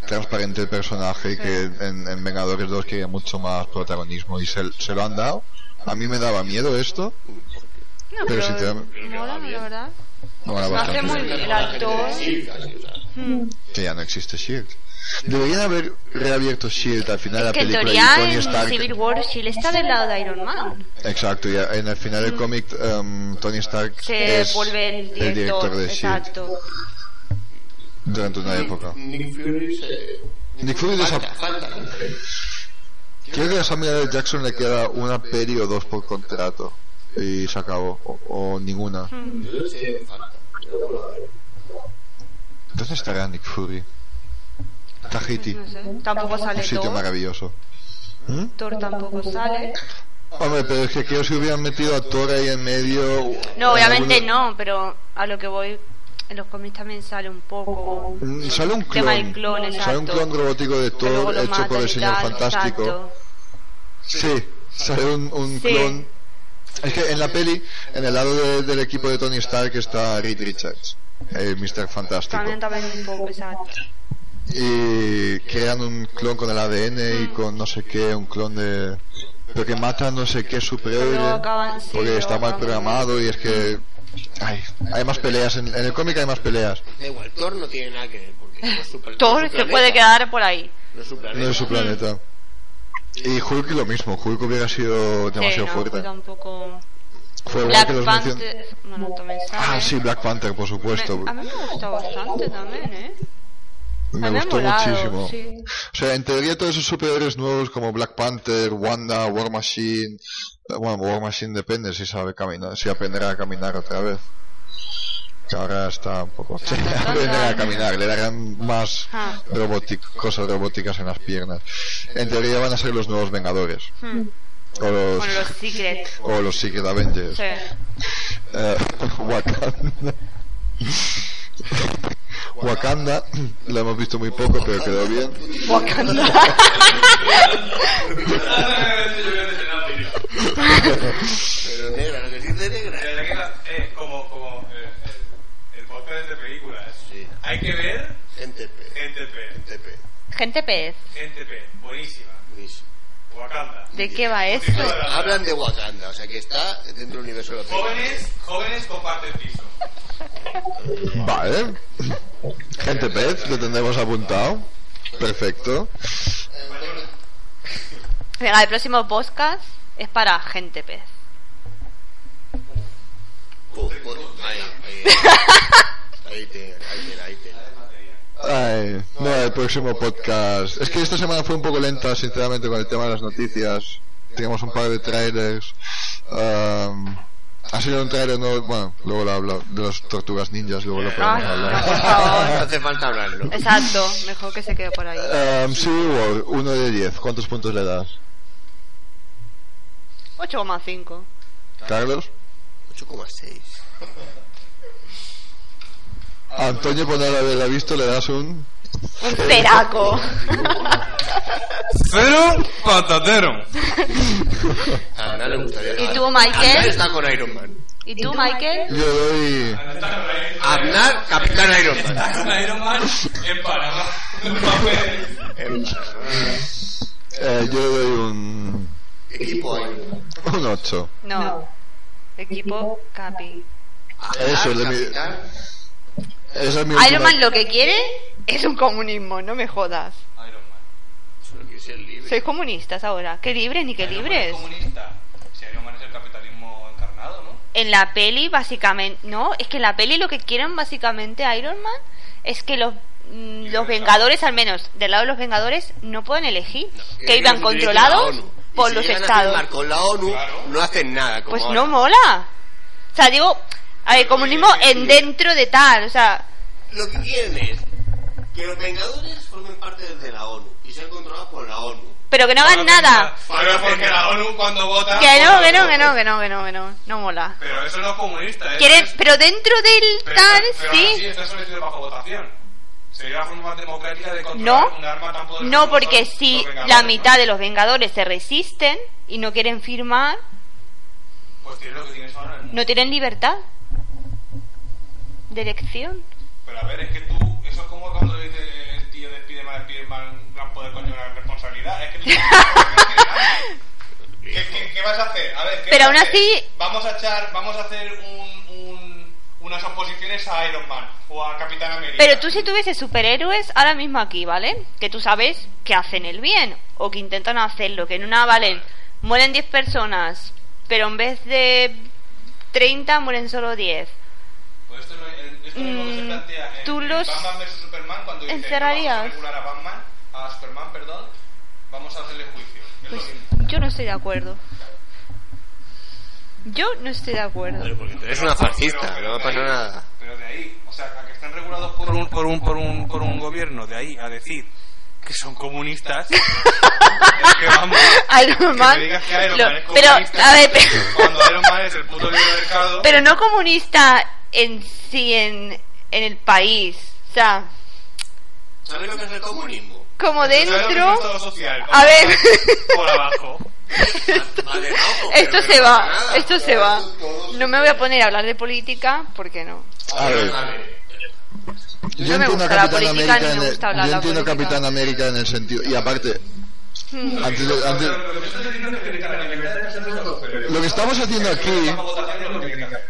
Speaker 3: transparente el personaje, que en, en Vengadores 2 quería mucho más protagonismo y se, se lo han dado. A mí me daba miedo esto.
Speaker 10: No,
Speaker 3: Pero
Speaker 10: pero
Speaker 3: sinceramente-
Speaker 10: mola, la verdad.
Speaker 3: No, era
Speaker 10: Lo hace
Speaker 3: bastante
Speaker 10: muy
Speaker 3: bien.
Speaker 10: bien. El
Speaker 9: La gente
Speaker 10: actor.
Speaker 9: de sí, casi, o sea,
Speaker 3: Que ya no existe Shield. E Deberían haber reabierto Shield E al final de la
Speaker 10: Que en
Speaker 3: película
Speaker 10: teoría
Speaker 3: y Tony
Speaker 10: en
Speaker 3: Stark.
Speaker 10: Civil War Shield está del lado de Iron Man.
Speaker 3: Exacto, y en el final del cómic em, Tony Stark
Speaker 10: Se
Speaker 3: es
Speaker 10: vuelve el director.
Speaker 3: de Shield
Speaker 10: exacto.
Speaker 3: E durante una época.
Speaker 9: Nick Fury se.
Speaker 3: Nick Fury
Speaker 9: Falta,
Speaker 3: desap-
Speaker 9: falta.
Speaker 3: Creo que a Samuel L. Jackson le queda una peli o dos por contrato y se acabó, o, o ninguna.
Speaker 10: Hmm.
Speaker 9: Sí, falta.
Speaker 3: ¿Dónde estará Nick Fury? Tahiti,
Speaker 10: Pues No sé. Tampoco
Speaker 3: un
Speaker 10: sale
Speaker 3: sitio
Speaker 10: Thor.
Speaker 3: maravilloso. ¿Mm?
Speaker 10: Thor tampoco sale.
Speaker 3: Hombre, pero es que creo si hubieran metido a Thor ahí en medio. o-
Speaker 10: No,
Speaker 3: o
Speaker 10: obviamente
Speaker 3: alguno-
Speaker 10: no, pero a lo que voy, en los cómics también sale un poco.
Speaker 3: Mm, Sale un
Speaker 10: Tema
Speaker 3: clon,
Speaker 10: del clon,
Speaker 3: sale un
Speaker 10: exacto.
Speaker 3: clon robótico de
Speaker 10: que luego
Speaker 3: Thor
Speaker 10: lo
Speaker 3: hecho por
Speaker 10: matan
Speaker 3: el
Speaker 10: y
Speaker 3: señor
Speaker 10: tal,
Speaker 3: fantástico.
Speaker 10: exacto.
Speaker 3: Sí, sale un, un
Speaker 10: Sí.
Speaker 3: clon. Es que en la peli, en el lado de- del equipo de Tony Stark está Reed Richards, el Mr. Fantástico.
Speaker 10: También, también un poco, exacto.
Speaker 3: y crean un clon con el ADN y
Speaker 10: Mm.
Speaker 3: con no sé qué, un clon de... Pero que mata no sé qué superhéroe
Speaker 10: Pero acaban- sí,
Speaker 3: porque
Speaker 10: pero
Speaker 3: está mal
Speaker 10: acaban-
Speaker 3: programado y es que... Ay, hay más peleas, en, en el cómic hay más peleas.
Speaker 9: Da igual, Thor no tiene nada que ver porque como es super-
Speaker 10: Thor
Speaker 9: es un
Speaker 10: se puede
Speaker 9: planeta.
Speaker 10: quedar por ahí.
Speaker 1: No es su planeta.
Speaker 3: No
Speaker 10: Mm.
Speaker 3: es su planeta. Y Hulk lo mismo, Hulk hubiera sido demasiado
Speaker 10: no,
Speaker 3: fuerte.
Speaker 10: juega un poco...
Speaker 3: Fue verdad
Speaker 10: Black
Speaker 3: que los mencion-
Speaker 10: Panther... Bueno, también sabe.
Speaker 3: Ah, sí, Black Panther, por supuesto.
Speaker 10: Me- a mí me gusta bastante también, ¿eh?
Speaker 3: Me
Speaker 10: a mí me ha
Speaker 3: gustó
Speaker 10: molado,
Speaker 3: muchísimo.
Speaker 10: sí.
Speaker 3: O sea, en teoría todos esos superhéroes nuevos como Black Panther, Wanda, War Machine... eh, Bueno, War Machine depende si sabe caminar, si aprenderá a caminar otra vez. Que ahora está un poco... Sí, aprenderá a caminar, le darán más
Speaker 10: Ah.
Speaker 3: robótic- cosas robóticas en las piernas. En teoría van a ser los nuevos Vengadores.
Speaker 10: Hmm.
Speaker 3: O los,
Speaker 10: Con los Secret.
Speaker 3: o los Secret Avengers.
Speaker 10: Sí.
Speaker 3: Eh, Wakanda. Wakanda, lo hemos visto muy poco, pero quedó bien.
Speaker 10: Wakanda.
Speaker 1: Pero negra, lo que sí es de negra.
Speaker 9: Eh, como, como eh, el, el podcast es de películas.
Speaker 1: Sí.
Speaker 9: Hay que ver
Speaker 1: Gente P.
Speaker 9: NTP.
Speaker 1: Gente P.
Speaker 10: Gente pez.
Speaker 9: NTP, buenísima.
Speaker 1: Luis.
Speaker 9: Wakanda.
Speaker 10: ¿De qué va esto?
Speaker 1: Hablan de Wakanda, o sea que está dentro del universo europeo.
Speaker 9: Jóvenes, jóvenes comparten piso.
Speaker 3: Vale. Gente pez, lo tendremos apuntado. Perfecto.
Speaker 10: Venga, el próximo podcast es para gente pez.
Speaker 1: Puf, puf, ahí, ahí. Ahí te, ahí te, ahí te.
Speaker 3: Ay, no, el próximo podcast. Es que esta semana fue un poco lenta, sinceramente, con el tema de las noticias. Teníamos un par de trailers. Am, ha sido un trailer, no, bueno, luego lo hablo de las tortugas ninjas, luego lo podemos
Speaker 10: Ay,
Speaker 3: hablar.
Speaker 10: por favor.
Speaker 1: No hace falta hablarlo.
Speaker 10: Exacto, mejor que se quede por ahí.
Speaker 3: Um, Civil War, 1 de 10, ¿cuántos puntos le das?
Speaker 10: 8,5.
Speaker 3: Carlos.
Speaker 1: 8,6.
Speaker 3: Antonio, por no haberla visto, le das un...
Speaker 10: Un peraco.
Speaker 9: Cero patatero.
Speaker 1: A Ana le gustaría.
Speaker 10: ¿Y tú,
Speaker 1: Ana-
Speaker 10: Michael?
Speaker 1: Ana está con Iron Man.
Speaker 10: ¿Y tú, Michael?
Speaker 3: Yo le doy...
Speaker 1: Aznar, Capitán Iron Man.
Speaker 9: Iron Man en Panamá.
Speaker 3: eh, yo le doy un...
Speaker 1: Equipo Iron Man.
Speaker 3: Un 8.
Speaker 10: No. Equipo Capi.
Speaker 1: Aznar,
Speaker 3: Eso, le mi-
Speaker 1: Capitán.
Speaker 3: Esa es mi
Speaker 10: Iron
Speaker 3: última-
Speaker 10: Man lo que quiere es un comunismo, no me jodas.
Speaker 9: Iron Man.
Speaker 1: Solo quiere ser libre.
Speaker 10: Sois comunistas ahora. Qué libres ni qué
Speaker 9: Iron Man es
Speaker 10: libres.
Speaker 9: comunista. Si Iron Man es el capitalismo encarnado, ¿no?
Speaker 10: En la peli, básicamente. No, es que en la peli lo que quieren, básicamente, Iron Man es que los. mm, Los Vengadores, al menos del lado de los Vengadores, no pueden elegir que iban
Speaker 1: Ellos dirigen
Speaker 10: controlados
Speaker 1: la ONU. Y
Speaker 10: por
Speaker 1: si
Speaker 10: los
Speaker 1: llegan a
Speaker 10: estados.
Speaker 1: firmar Con la ONU
Speaker 9: Claro.
Speaker 1: no hacen nada. Como
Speaker 10: Pues
Speaker 1: ahora.
Speaker 10: no mola. O sea, digo, a ver, comunismo en dentro de tal, o sea,
Speaker 1: Lo que quieren es que los Vengadores formen parte de la ONU y sean controlados por la ONU.
Speaker 10: pero que no hagan nada.
Speaker 9: Pero porque la ONU cuando vota.
Speaker 10: Que no, que no, que no, que no, que no, que no, no mola.
Speaker 9: Pero eso no es comunista, ¿eh?
Speaker 10: Quieren,
Speaker 9: Eso es-
Speaker 10: pero dentro del
Speaker 9: pero-
Speaker 10: tal,
Speaker 9: pero aún así,
Speaker 10: sí.
Speaker 9: Eso suele ser bajo votación. Sería la forma más democrática de controlar
Speaker 10: No.
Speaker 9: un arma tan poderosa
Speaker 10: No,
Speaker 9: como
Speaker 10: porque
Speaker 9: son
Speaker 10: si
Speaker 9: los Vengadores,
Speaker 10: la
Speaker 9: ¿no?
Speaker 10: mitad de los Vengadores se resisten y no quieren firmar,
Speaker 9: Pues tienes lo que tienes ahora en el mundo.
Speaker 10: no tienen libertad de elección.
Speaker 9: Pero a ver, es que tú, eso es como cuando dice el tío de Spiderman, Spiderman, gran poder con gran responsabilidad. Es que tú ¿Qué, qué, qué vas a hacer? A ver, ¿qué
Speaker 10: Pero
Speaker 9: vas a
Speaker 10: aún
Speaker 9: hacer?
Speaker 10: así-
Speaker 9: Vamos a echar, vamos a hacer un, un- unas oposiciones a Iron Man o a Capitán América.
Speaker 10: Pero tú si tuviese superhéroes ahora mismo aquí, ¿vale? Que tú sabes que hacen el bien o que intentan hacerlo, que en una, vale, mueren 10 personas, pero en vez de 30 mueren solo 10.
Speaker 9: Pues esto no- el- esto es lo que se
Speaker 10: Mm,
Speaker 9: plantea en,
Speaker 10: tú
Speaker 9: en
Speaker 10: los
Speaker 9: Batman vs Superman cuando dice,
Speaker 10: encerrarías.
Speaker 9: "No, vamos a regular a Batman, a Superman, perdón, vamos a hacerle juicio. Es
Speaker 10: Pues
Speaker 9: lo mismo.
Speaker 10: yo no estoy de acuerdo. Yo no estoy de acuerdo.
Speaker 1: Porque tú eres una fascista, no va a pasar nada.
Speaker 9: Pero de ahí, o sea, a que estén regulados por un, por un, por un, por un gobierno, de ahí a decir que son comunistas, es que vamos.
Speaker 10: Iron
Speaker 9: que
Speaker 10: Man.
Speaker 9: me digas que Iron
Speaker 10: lo-
Speaker 9: Man es
Speaker 10: pero,
Speaker 9: comunista,
Speaker 10: a ver, pero,
Speaker 9: Cuando Iron Man es el puto libre mercado.
Speaker 10: pero no comunista en sí, en, en el país. O sea,
Speaker 1: ¿Sabes lo que es el comunismo?
Speaker 10: como
Speaker 9: ¿sabes lo que es un
Speaker 10: dentro.
Speaker 9: Estado social,
Speaker 10: A ver.
Speaker 9: Por abajo.
Speaker 1: Vale, rojo, pero
Speaker 10: Esto
Speaker 1: que
Speaker 10: se
Speaker 1: no
Speaker 10: va,
Speaker 1: pasa nada.
Speaker 10: esto se va. No me voy a poner a hablar de política porque no.
Speaker 3: A ver,
Speaker 1: Vale.
Speaker 3: yo,
Speaker 10: no me
Speaker 3: entiendo a
Speaker 10: gusta la
Speaker 3: Capitán
Speaker 10: política,
Speaker 3: América,
Speaker 10: ni me
Speaker 3: en el,
Speaker 10: gusta hablar
Speaker 3: yo
Speaker 10: la
Speaker 3: entiendo a
Speaker 10: política. Hmm.
Speaker 3: Capitán América en el sentido... Y aparte, antes de- antes-
Speaker 9: Lo que estoy diciendo es que la libertad de hacer los superhéroes.
Speaker 3: lo que estamos haciendo aquí...
Speaker 9: Bajo votación es lo que tiene que hacer.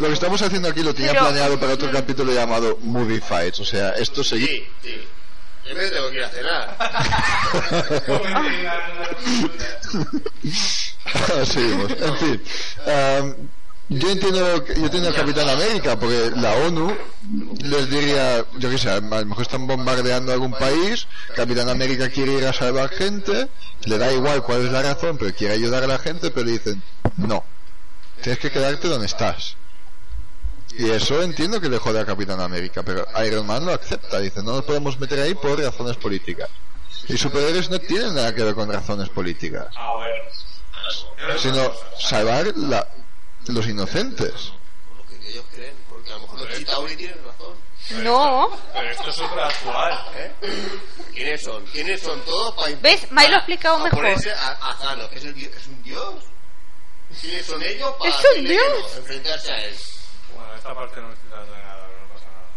Speaker 3: Lo que estamos haciendo aquí lo tenía
Speaker 10: Pero-
Speaker 3: planeado para otro capítulo llamado Movie Fights. O sea, esto seguir...
Speaker 1: Sí, sí. En vez hambre, tengo que ir a cenar.
Speaker 3: Seguimos. En fin. Em, yo entiendo, que- yo entiendo al Capitán América, porque la ONU les diría, yo qué sé, a lo mejor están bombardeando algún país, Capitán América quiere ir a salvar gente, le da igual cuál es la razón, pero quiere ayudar a la gente, pero le dicen, no, tienes que quedarte donde estás. Y eso entiendo que le jode a Capitán América, pero Iron Man lo acepta, dice, no nos podemos meter ahí por razones políticas. Y superhéroes no tienen nada que ver con razones políticas
Speaker 11: Ah, bueno.
Speaker 3: sino salvar la- los inocentes.
Speaker 1: Lo que ellos creen, porque a lo mejor los Chitauri tienen razón.
Speaker 10: No.
Speaker 1: Pero esto es súper actual, ¿eh? ¿Quiénes son? ¿Quiénes son todos para
Speaker 10: ¿Ves? Mai lo ha explicado mejor.
Speaker 1: ponerse a, a Thanos, que es, el, di- es un dios? ¿Quiénes son ellos para
Speaker 10: Es un
Speaker 1: decirle que
Speaker 10: dios.
Speaker 1: no, enfrentarse a él?
Speaker 9: Bueno, esta parte no me estoy dando de nada, no pasa nada.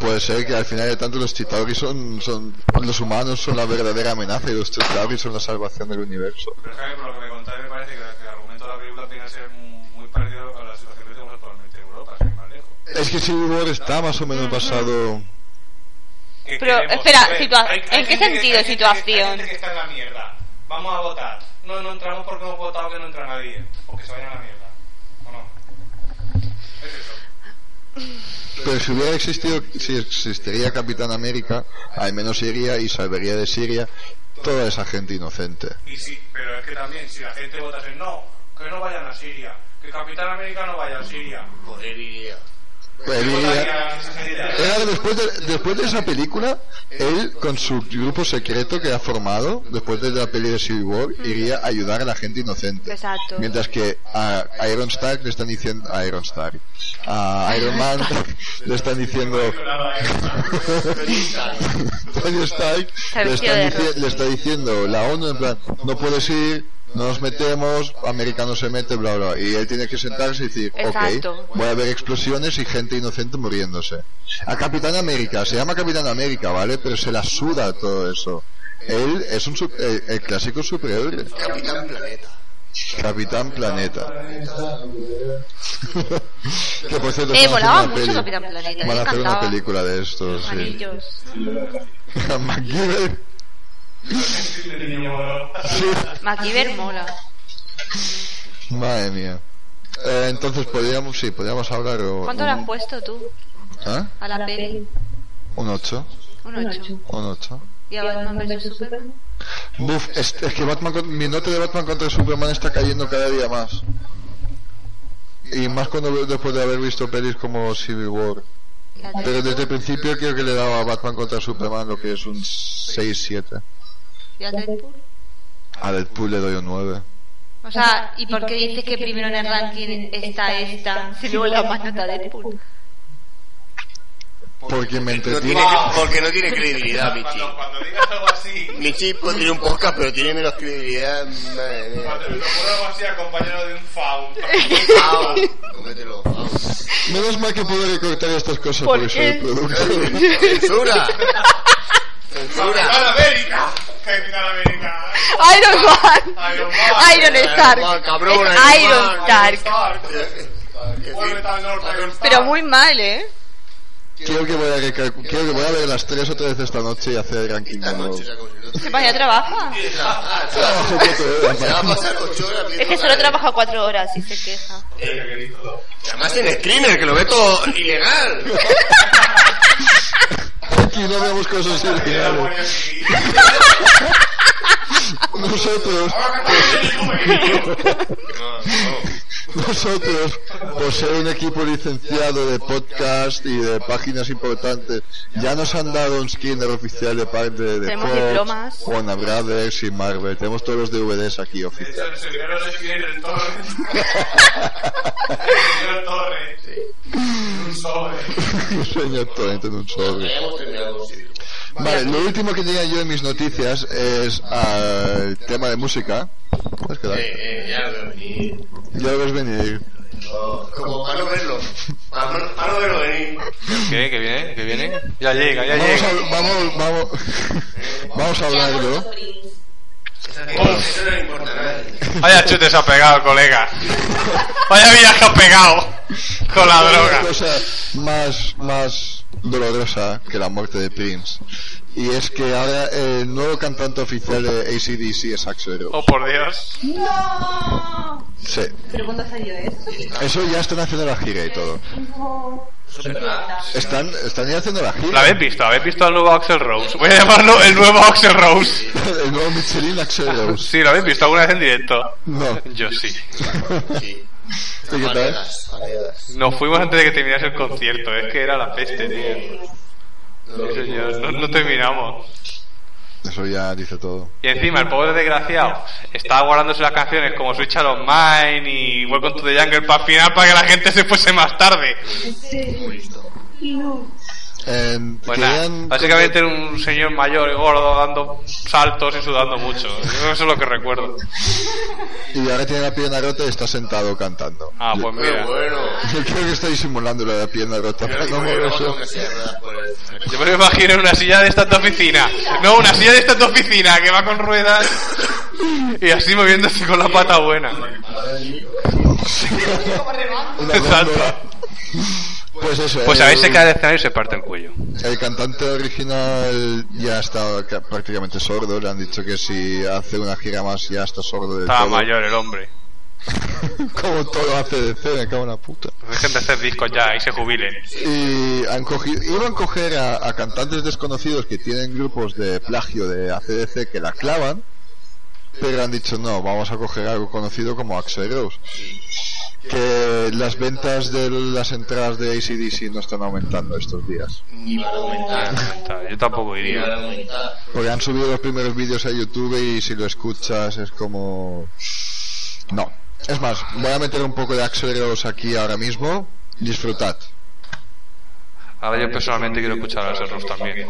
Speaker 3: Puede ser que al final de tanto los Chitauri son, son los humanos son la verdadera amenaza y los Chitauri son la salvación del universo.
Speaker 9: Pero es que a mí, por lo que me contáis, me parece que que el argumento de la película viene a ser muy parecido a la situación que tenemos actualmente en Europa, sin ir más lejos.
Speaker 3: Es que Civil War está más o menos basado
Speaker 9: Que
Speaker 10: Pero,
Speaker 9: queremos,
Speaker 10: espera,
Speaker 9: joder,
Speaker 10: situa-
Speaker 9: hay- hay
Speaker 10: ¿en qué
Speaker 9: gente que-
Speaker 10: sentido
Speaker 9: hay gente que- hay
Speaker 10: situación?
Speaker 9: gente que está en la mierda. Vamos a votar. No, no entramos porque hemos votado que no entra nadie. O que se vayan a la mierda. ¿O no? Es eso.
Speaker 3: Pero si hubiera existido, si existiría Capitán América, al menos iría y salvaría de Siria toda esa gente inocente.
Speaker 9: Y sí, pero es que también, si la gente votase no, que no vayan a Siria, que Capitán América no vaya a Siria.
Speaker 1: Por él iría.
Speaker 3: Él Pues iría- Era después de, después de esa película, él con su grupo secreto que ha formado, después de la peli de Civil War, iría a ayudar a la gente inocente.
Speaker 10: Exacto.
Speaker 3: Mientras que a a Iron Stark le están diciendo a Iron Stark, a Iron Man le están diciendo Tony Stark le, están dici- le está diciendo la ONU en plan no puedes ir, no nos metemos, americano se mete, bla bla y él tiene que sentarse y decir
Speaker 10: Exacto.
Speaker 3: ok, voy a haber explosiones y gente inocente muriéndose. A Capitán América, se llama Capitán América, ¿vale? Pero se la suda todo eso. Él es un su- el, el clásico superhéroe.
Speaker 1: Capitán Planeta.
Speaker 3: Capitán Planeta. que por cierto,
Speaker 10: Eh,
Speaker 3: van a hacer una
Speaker 10: volaba mucho
Speaker 3: peli.
Speaker 10: Capitán Planeta.
Speaker 3: Van
Speaker 10: me
Speaker 3: a hacer una
Speaker 10: encantaba.
Speaker 3: película de esto, sí.
Speaker 10: Anillos.
Speaker 3: A MacGyver. Sí.
Speaker 10: MacGyver mola.
Speaker 3: Madre mía. Eh, entonces podríamos, sí, podríamos hablar o-
Speaker 10: ¿Cuánto
Speaker 3: un,
Speaker 10: le has puesto tú
Speaker 3: ¿eh?
Speaker 10: a la peli?
Speaker 3: un 8,
Speaker 10: Un 8.
Speaker 3: un 8.
Speaker 10: ¿Y a Batman vs Superman?
Speaker 3: Buf, es, es que Batman, con- mi nota de Batman contra Superman está cayendo cada día más. Y más cuando después de haber visto pelis como Civil War. Pero desde el principio creo que le daba a Batman contra Superman lo que es un 6-7.
Speaker 10: ¿Y a Deadpool?
Speaker 3: A Deadpool le doy un 9.
Speaker 10: O sea, ¿y por qué dices que primero en el ranking está esta si luego la más nota Deadpool?
Speaker 3: Porque me
Speaker 1: No tiene,
Speaker 3: entretiene.
Speaker 1: porque no tiene credibilidad, Michi.
Speaker 9: Cuando, cuando digas algo así,
Speaker 1: Michi pues, tiene un podcast, pero tiene menos credibilidad. Madre mía.
Speaker 9: cuando te ocurra algo así, acompañado de un faun.
Speaker 1: Au, cómetelo, au.
Speaker 3: Menos mal que puedo recortar estas cosas
Speaker 10: ¿Por
Speaker 3: porque
Speaker 10: qué?
Speaker 3: soy productor.
Speaker 1: ¡Censura! ¡Censura!
Speaker 9: ¡Capitán América! ¡Capitán América!
Speaker 10: Iron Man.
Speaker 9: Iron Man.
Speaker 1: Iron
Speaker 10: Iron Stark.
Speaker 1: Man, cabrón,
Speaker 10: Es
Speaker 1: Iron
Speaker 10: Iron
Speaker 1: Man.
Speaker 10: Stark.
Speaker 9: Vuelve al norte, Iron Star.
Speaker 10: Pero muy mal, ¿eh?
Speaker 3: Creo que, voy a recal- creo que voy a ver las 3 o 3 esta noche y hacer el ranking de
Speaker 1: Esta
Speaker 3: nuevo.
Speaker 1: noche, o sea, como si no
Speaker 10: Se vaya a trabajar.
Speaker 1: tuviera-
Speaker 3: Trabajo poco, eh.
Speaker 1: Se va a pasar ocho horas viendo
Speaker 10: Es que solo
Speaker 1: la-
Speaker 10: trabaja cuatro horas y se queja.
Speaker 1: Eh, Además en Screamer, que lo ve todo ilegal.
Speaker 3: Aquí no vemos cosas ilegales. Nosotros, nosotros, por ser un equipo licenciado de podcast y de páginas importantes, ya nos han dado un skinner oficial de parte de, de
Speaker 10: Tenemos
Speaker 3: Fox,
Speaker 10: diplomas.
Speaker 3: Warner Brothers y Marvel. Tenemos todos los DVDs aquí
Speaker 9: De
Speaker 3: oficial.
Speaker 9: hecho, el señor no se pide el torre. El señor Torre. Un sobre.
Speaker 3: Señor Torrente en un sobre.
Speaker 1: Hayamos terminado, sí.
Speaker 3: Vale, lo último que tenía yo en mis noticias es al tema de música. Puedes
Speaker 1: Eh,
Speaker 3: quedar.
Speaker 1: eh, ya lo veo venir.
Speaker 3: Ya lo ves venir.
Speaker 1: No, como para no verlo. Para no, para no verlo venir.
Speaker 9: ¿Qué? ¿Qué viene? ¿Qué viene? Ya llega, ya
Speaker 3: Vamos
Speaker 9: llega.
Speaker 3: a, vamos, vamos, vamos a hablarlo.
Speaker 1: Eso no le importa a nadie.
Speaker 9: Vaya chute se ha pegado, colega. Vaya viaje ha pegado con la droga.
Speaker 3: Una cosa más, más dolorosa que la muerte de Prince. Y es que ahora el nuevo cantante oficial de ACDC es Axel Rose.
Speaker 9: Oh, por Dios.
Speaker 7: ¡No!
Speaker 3: Sí.
Speaker 7: ¿Pero cuándo salió eso?
Speaker 3: Eso ya están haciendo la gira y todo.
Speaker 7: No.
Speaker 3: Están, están ya haciendo la gira.
Speaker 9: ¿La habéis visto? ¿Habéis visto al nuevo Axel Rose? Voy a llamarlo el nuevo Axel Rose.
Speaker 3: el nuevo Michelin Axel Rose.
Speaker 9: Sí, ¿lo habéis visto alguna vez en directo?
Speaker 3: No.
Speaker 9: Yo sí.
Speaker 3: ¿Y qué tal?
Speaker 9: Nos fuimos antes de que terminase el concierto, es que era la peste, tío. Sí, señor, no, no terminamos.
Speaker 3: Eso ya dice todo.
Speaker 9: Y encima, el pobre desgraciado estaba guardándose las canciones como Switch a los Mine y Welcome to the Jungle para final para que la gente se fuese más tarde.
Speaker 3: Eh,
Speaker 9: Pues nada,
Speaker 3: querían-
Speaker 9: básicamente era un señor mayor y gordo dando saltos y sudando mucho. Eso es lo que recuerdo.
Speaker 3: Y ahora tiene la pierna rota y está sentado cantando.
Speaker 9: Ah, pues mira.
Speaker 3: Yo creo que estoy simulando la de la pierna rota. para no moverse.
Speaker 9: Yo me lo imagino en una silla de esta oficina. No, una silla de esta oficina que va con ruedas y así moviéndose con la pata buena.
Speaker 3: Una
Speaker 9: Exacto.
Speaker 3: góndola. Pues eso.
Speaker 9: Pues a
Speaker 3: el-
Speaker 9: veces se cae del escenario y se parte el cuello.
Speaker 3: El cantante original ya está ca- prácticamente sordo. Le han dicho que si hace una gira más ya está sordo. De
Speaker 9: Estaba
Speaker 3: todo.
Speaker 9: mayor el hombre.
Speaker 3: Como todo hace de cena, me cago en la puta.
Speaker 9: Dejen de hacer discos ya y se jubilen.
Speaker 3: Y han cogido, iban a coger a, a cantantes desconocidos que tienen grupos de plagio de ACDC que la clavan, pero han dicho no, vamos a coger algo conocido como Axel Rose. Que las ventas de las entradas de ACDC no están aumentando estos días.
Speaker 1: Ni van a
Speaker 9: Ah.
Speaker 1: aumentar.
Speaker 9: Está, Yo tampoco
Speaker 1: Ni van a
Speaker 9: iría.
Speaker 1: aumentar.
Speaker 3: Porque han subido los primeros vídeos a YouTube y si lo escuchas es como... No. Es más, voy a meter un poco de Axel Rose aquí ahora mismo. Disfrutad.
Speaker 9: Ahora yo personalmente quiero escuchar a los Rose también.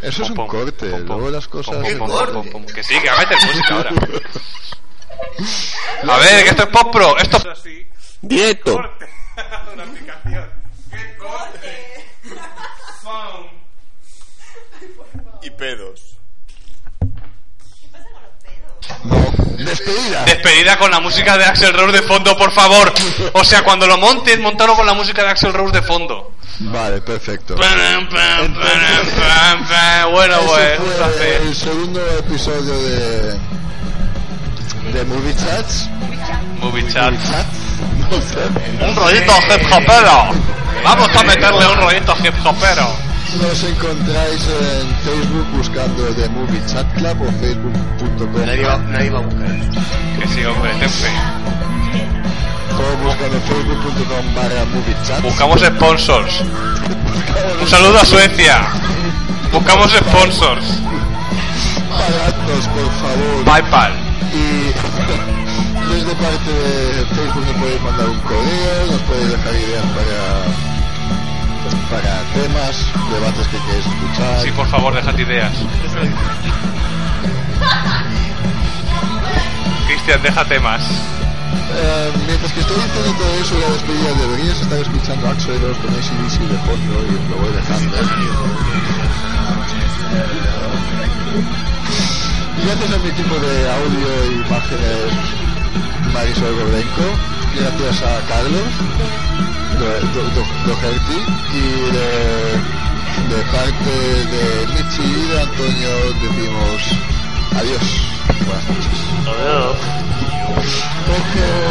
Speaker 3: Eso es un corte, luego las cosas...
Speaker 9: Pum, pum, pum, pum, pum. Que sí, que va a meter música ahora. A ver, que esto es Pop Pro. Esto es así.
Speaker 12: Directo.
Speaker 9: Una aplicación. ¡Qué corte!
Speaker 1: Y pedos.
Speaker 3: ¡Despedida!
Speaker 9: Despedida con la música de Axel Rose de fondo, por favor. O sea, cuando lo montes, montalo con la música de Axel Rose de fondo.
Speaker 3: Vale, perfecto.
Speaker 9: Pam, pam, pam, pam, pam. Bueno,
Speaker 3: Ese
Speaker 9: pues,
Speaker 3: fue
Speaker 9: un placer.
Speaker 3: el segundo episodio de de Movie Chats.
Speaker 9: Movie chat.
Speaker 3: No sé.
Speaker 9: Un rollito hip hopero. Vamos a meterle un rollito hip hopero.
Speaker 3: Nos encontráis en Facebook buscando The Movie Chat Club o facebook.com.
Speaker 1: Nadie va, nadie va a buscar eso.
Speaker 9: Que sí, hombre, ten fe.
Speaker 3: O buscando facebook.com barra Movie Chat.
Speaker 9: Buscamos sponsors. Un saludo a Suecia. Buscamos sponsors.
Speaker 3: Pagadnos, por favor.
Speaker 9: PayPal.
Speaker 3: Y desde parte de Facebook nos podéis mandar un correo, nos podéis dejar ideas para para temas, debates que queréis escuchar.
Speaker 9: Sí, por favor, dejad ideas. Cristian, deja temas.
Speaker 3: Eh, mientras que estoy diciendo todo eso, la despedida deberías estar escuchando Axel Rose con ACDC de fondo y os lo voy dejando. Y Gracias a mi equipo de audio e imágenes Marisol Gordenko, gracias a Carlos, de- do- do- Doherty, y de, de parte de Michi y de Antonio decimos adiós. Buenas noches. Adiós.